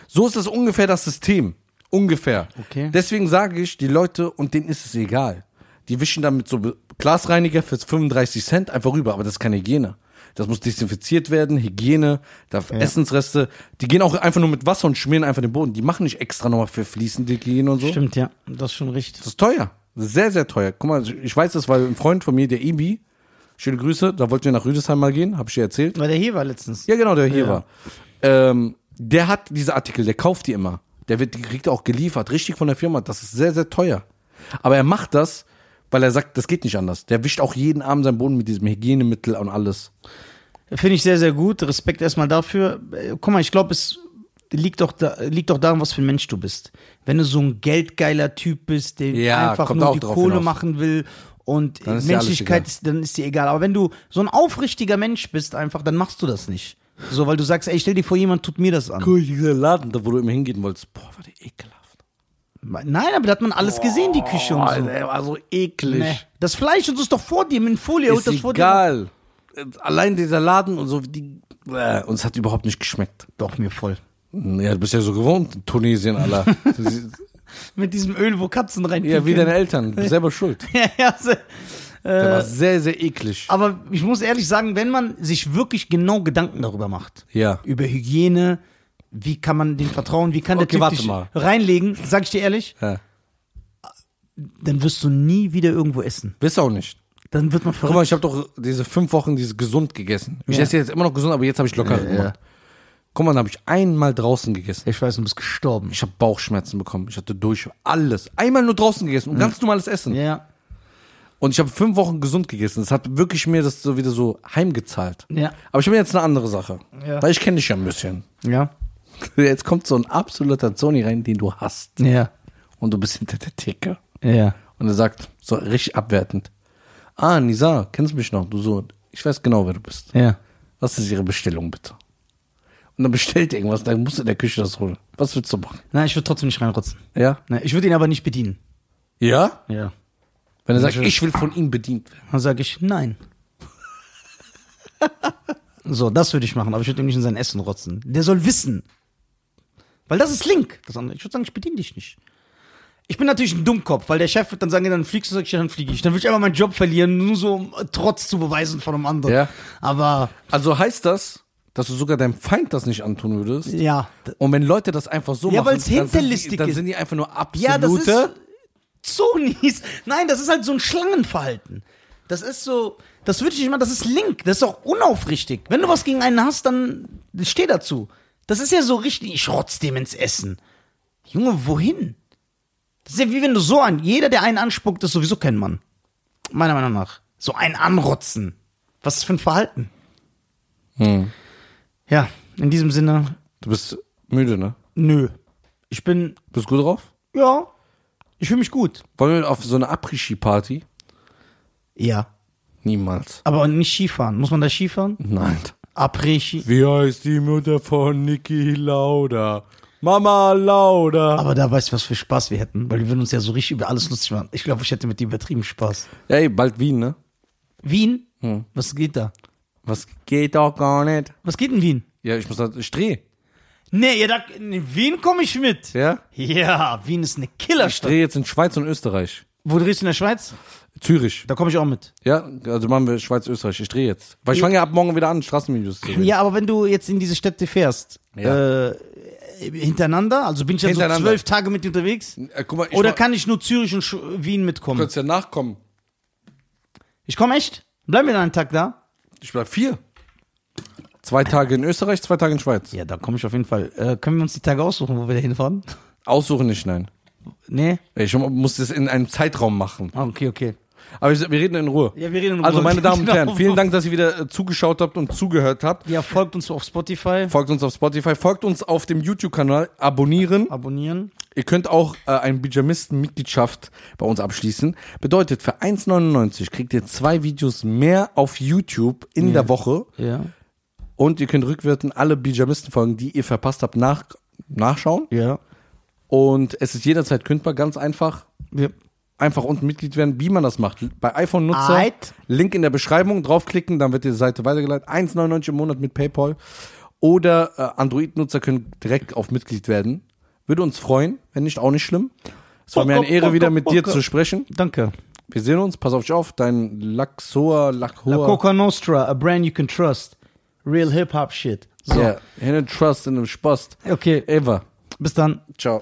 [SPEAKER 2] So ist das ungefähr das System. Ungefähr.
[SPEAKER 1] Okay.
[SPEAKER 2] Deswegen sage ich, die Leute, und denen ist es egal. Die wischen damit so Be- Glasreiniger für 35 Cent einfach rüber, aber das ist keine Hygiene. Das muss desinfiziert werden, Hygiene, da Essensreste. Die gehen auch einfach nur mit Wasser und schmieren einfach den Boden. Die machen nicht extra nochmal für fließende Hygiene und so.
[SPEAKER 1] Stimmt, ja. Das ist schon richtig.
[SPEAKER 2] Das ist teuer. Das ist sehr, sehr teuer. Guck mal, ich weiß das, weil ein Freund von mir, der Ibi, schöne Grüße, da wollten wir nach Rüdesheim mal gehen, habe ich dir erzählt.
[SPEAKER 1] Weil der hier war letztens.
[SPEAKER 2] Ja, genau, der hier
[SPEAKER 1] Ja.
[SPEAKER 2] war. Ähm, der hat diese Artikel, der kauft die immer. Der wird, die kriegt er auch geliefert, richtig von der Firma. Das ist sehr, sehr teuer. Aber er macht das, weil er sagt, das geht nicht anders. Der wischt auch jeden Abend seinen Boden mit diesem Hygienemittel und alles.
[SPEAKER 1] Finde ich sehr, sehr gut. Respekt erstmal dafür. Äh, Guck mal, ich glaube, es liegt doch, da, liegt doch daran, was für ein Mensch du bist. Wenn du so ein geldgeiler Typ bist, der
[SPEAKER 2] Ja,
[SPEAKER 1] einfach
[SPEAKER 2] kommt
[SPEAKER 1] nur
[SPEAKER 2] auch
[SPEAKER 1] die
[SPEAKER 2] drauf
[SPEAKER 1] Kohle
[SPEAKER 2] hinaus.
[SPEAKER 1] machen will und äh,
[SPEAKER 2] Dann ist dir alles
[SPEAKER 1] Menschlichkeit
[SPEAKER 2] egal.
[SPEAKER 1] ist, dann ist dir egal. Aber wenn du so ein aufrichtiger Mensch bist, einfach, dann machst du das nicht. So, weil du sagst, ey, stell dir vor, jemand tut mir das an.
[SPEAKER 2] Cool, dieser Laden, da wo du immer hingehen wolltest. Boah, war der ekelhaft.
[SPEAKER 1] Nein, aber da hat man alles gesehen, die Küche und so.
[SPEAKER 2] der Also, war so eklig.
[SPEAKER 1] Nee. Das Fleisch und so ist doch vor dir, in Folie. holt
[SPEAKER 2] Ist
[SPEAKER 1] das vor dir.
[SPEAKER 2] egal. Allein dieser Laden und so, die, äh, uns hat überhaupt nicht geschmeckt.
[SPEAKER 1] Doch, mir voll.
[SPEAKER 2] Ja, du bist ja so gewohnt, in Tunesien, aller.
[SPEAKER 1] Mit diesem Öl, wo Katzen rein.
[SPEAKER 2] ja, wie deine Eltern, du bist selber schuld.
[SPEAKER 1] ja, ja, so.
[SPEAKER 2] Der war sehr, sehr eklig.
[SPEAKER 1] Aber ich muss ehrlich sagen, wenn man sich wirklich genau Gedanken darüber macht,
[SPEAKER 2] Ja.
[SPEAKER 1] über Hygiene, wie kann man dem vertrauen, wie kann der
[SPEAKER 2] Okay,
[SPEAKER 1] Typ
[SPEAKER 2] warte
[SPEAKER 1] dich
[SPEAKER 2] mal.
[SPEAKER 1] reinlegen, sag ich dir ehrlich,
[SPEAKER 2] Ja.
[SPEAKER 1] dann wirst du nie wieder irgendwo essen.
[SPEAKER 2] Bist auch nicht.
[SPEAKER 1] Dann wird man
[SPEAKER 2] Guck mal,
[SPEAKER 1] verrückt.
[SPEAKER 2] ich habe doch diese fünf Wochen dieses gesund gegessen. Ich
[SPEAKER 1] Ja.
[SPEAKER 2] esse jetzt immer noch gesund, aber jetzt habe ich locker gemacht. Guck mal, dann habe ich einmal draußen gegessen.
[SPEAKER 1] Ich weiß, du bist gestorben.
[SPEAKER 2] Ich habe Bauchschmerzen bekommen. Ich hatte durch alles. Einmal nur draußen gegessen und ganz normales Essen.
[SPEAKER 1] Ja,
[SPEAKER 2] Und ich habe fünf Wochen gesund gegessen. Das hat wirklich mir das so wieder so heimgezahlt.
[SPEAKER 1] Ja.
[SPEAKER 2] Aber ich habe jetzt eine andere Sache.
[SPEAKER 1] Ja.
[SPEAKER 2] Weil ich kenne dich ja ein bisschen.
[SPEAKER 1] ja,
[SPEAKER 2] Jetzt kommt so ein absoluter Zoni rein, den du hast.
[SPEAKER 1] ja,
[SPEAKER 2] Und du bist hinter der Theke.
[SPEAKER 1] ja.
[SPEAKER 2] Und er sagt, so richtig abwertend. Ah, Nisa, kennst du mich noch? Du so, ich weiß genau, wer du bist.
[SPEAKER 1] Ja.
[SPEAKER 2] Was ist Ihre Bestellung bitte? Und dann bestellt er irgendwas, dann musst du in der Küche das holen. Was willst du machen?
[SPEAKER 1] Nein, ich würde trotzdem nicht reinrotzen.
[SPEAKER 2] Ja?
[SPEAKER 1] Nein, ich würde ihn aber nicht bedienen.
[SPEAKER 2] Ja?
[SPEAKER 1] Ja.
[SPEAKER 2] Wenn er sagt, ich will von ihm bedient werden.
[SPEAKER 1] Dann sage ich nein. so, das würde ich machen, aber ich würde ihm nicht in sein Essen rotzen. Der soll wissen. Weil das ist Link. Das andere. Ich würde sagen, ich bediene dich nicht. Ich bin natürlich ein Dummkopf, weil der Chef wird dann sagen, ja, dann fliegst du, sag ich, ja, dann fliege ich. Dann würde ich einfach meinen Job verlieren, nur so um Trotz zu beweisen von einem anderen.
[SPEAKER 2] Ja.
[SPEAKER 1] Aber
[SPEAKER 2] Also heißt das, dass du sogar deinem Feind das nicht antun würdest?
[SPEAKER 1] ja, d-
[SPEAKER 2] Und wenn Leute das einfach so
[SPEAKER 1] Ja,
[SPEAKER 2] machen,
[SPEAKER 1] weil's
[SPEAKER 2] dann, sind die,
[SPEAKER 1] hinterlistig
[SPEAKER 2] dann
[SPEAKER 1] ist.
[SPEAKER 2] sind die einfach nur absolute.
[SPEAKER 1] ja, das ist Sonis. Nein, das ist halt so ein Schlangenverhalten. Das ist so, das würde ich nicht mal, das ist Link, das ist auch unaufrichtig. Wenn du was gegen einen hast, dann steh dazu. Das ist ja so richtig, ich rotz dem ins Essen. Junge, wohin? Das ist ja wie wenn du so an, jeder, der einen anspuckt, ist sowieso kein Mann. Meiner Meinung nach. So ein Anrotzen. Was ist für ein Verhalten? Ja, in diesem Sinne,
[SPEAKER 2] du bist müde, ne?
[SPEAKER 1] nö. Ich bin,
[SPEAKER 2] Bist gut drauf?
[SPEAKER 1] ja, ich fühle mich gut.
[SPEAKER 2] Wollen wir auf so eine Après-Ski-Party?
[SPEAKER 1] Ja.
[SPEAKER 2] Niemals.
[SPEAKER 1] Aber nicht Skifahren. Muss man da Skifahren?
[SPEAKER 2] Nein.
[SPEAKER 1] Après-Ski.
[SPEAKER 2] Wie heißt die Mutter von Niki Lauda? Mama Lauda.
[SPEAKER 1] Aber da weißt du, was für Spaß wir hätten, weil wir würden uns ja so richtig über alles lustig machen. Ich glaube, ich hätte mit dir übertrieben Spaß.
[SPEAKER 2] Ey, bald Wien, ne?
[SPEAKER 1] Wien?
[SPEAKER 2] Hm.
[SPEAKER 1] Was geht da?
[SPEAKER 2] Was geht doch gar nicht.
[SPEAKER 1] Was geht in Wien?
[SPEAKER 2] Ja, ich muss da, ich drehe.
[SPEAKER 1] Nee, ja, da, in Wien komme ich mit.
[SPEAKER 2] Ja?
[SPEAKER 1] Ja, Wien ist eine
[SPEAKER 2] Ich
[SPEAKER 1] Killerstadt.
[SPEAKER 2] drehe jetzt in Schweiz und Österreich.
[SPEAKER 1] Wo drehst du in der Schweiz?
[SPEAKER 2] Zürich.
[SPEAKER 1] Da komme ich auch mit.
[SPEAKER 2] Ja, also machen wir Schweiz, Österreich. Ich drehe jetzt. Weil ich fange ja ab morgen wieder an, Straßenvideos zu drehen.
[SPEAKER 1] Ja, aber wenn du jetzt in diese Städte fährst,
[SPEAKER 2] Ja.
[SPEAKER 1] äh, hintereinander, also bin ich ja so
[SPEAKER 2] Hintereinander.
[SPEAKER 1] zwölf Tage mit dir unterwegs,
[SPEAKER 2] Äh, guck mal, ich
[SPEAKER 1] oder
[SPEAKER 2] mach-
[SPEAKER 1] kann ich nur Zürich und Sch Wien
[SPEAKER 2] Du
[SPEAKER 1] mitkommen?
[SPEAKER 2] kannst ja nachkommen.
[SPEAKER 1] Ich komme echt? Bleiben wir dann einen Tag da?
[SPEAKER 2] Ich bleib vier. Zwei Tage in Österreich, zwei Tage in Schweiz.
[SPEAKER 1] Ja, da komme ich auf jeden Fall. Äh, können wir uns die Tage aussuchen, wo wir da hinfahren?
[SPEAKER 2] Aussuchen nicht, nein.
[SPEAKER 1] nee?
[SPEAKER 2] Ich muss das in einem Zeitraum machen.
[SPEAKER 1] Ah, Okay, okay.
[SPEAKER 2] Aber wir wir reden in Ruhe.
[SPEAKER 1] Ja, wir reden in
[SPEAKER 2] Also,
[SPEAKER 1] Ruhe.
[SPEAKER 2] meine Damen und Herren,
[SPEAKER 1] Genau.
[SPEAKER 2] vielen Dank, dass ihr wieder äh, zugeschaut habt und zugehört habt.
[SPEAKER 1] Ja, folgt uns auf Spotify,
[SPEAKER 2] Folgt uns auf Spotify, folgt uns auf dem YouTube-Kanal, abonnieren.
[SPEAKER 1] abonnieren.
[SPEAKER 2] Ihr könnt auch äh, eine Pyjamisten-Mitgliedschaft bei uns abschließen. Bedeutet, für 1,99 kriegt ihr zwei Videos mehr auf YouTube in der Woche.
[SPEAKER 1] Ja.
[SPEAKER 2] Und ihr könnt rückwirkend alle Pyjamisten-Folgen, die ihr verpasst habt, nach, nachschauen.
[SPEAKER 1] Ja.
[SPEAKER 2] Und es ist jederzeit kündbar, ganz einfach.
[SPEAKER 1] ja.
[SPEAKER 2] einfach unten Mitglied werden, wie man das macht. Bei iPhone-Nutzer,
[SPEAKER 1] Alright.
[SPEAKER 2] Link in der Beschreibung, draufklicken, dann wird die Seite weitergeleitet. 1,99 im Monat mit PayPal. Oder äh, Android-Nutzer können direkt auf Mitglied werden. Würde uns freuen, wenn nicht, auch nicht schlimm. Es war mir eine
[SPEAKER 1] Bocke,
[SPEAKER 2] Ehre,
[SPEAKER 1] bocke,
[SPEAKER 2] wieder mit dir
[SPEAKER 1] bocke.
[SPEAKER 2] zu sprechen.
[SPEAKER 1] Danke.
[SPEAKER 2] Wir sehen uns, pass auf dich auf, dein Laxoa,
[SPEAKER 1] La
[SPEAKER 2] Lachhoa.
[SPEAKER 1] Coca Nostra, a brand you can trust. Real Hip-Hop-Shit. So,
[SPEAKER 2] Ja, in a Trust, in a Spost.
[SPEAKER 1] okay,
[SPEAKER 2] Ever.
[SPEAKER 1] bis dann.
[SPEAKER 2] Ciao.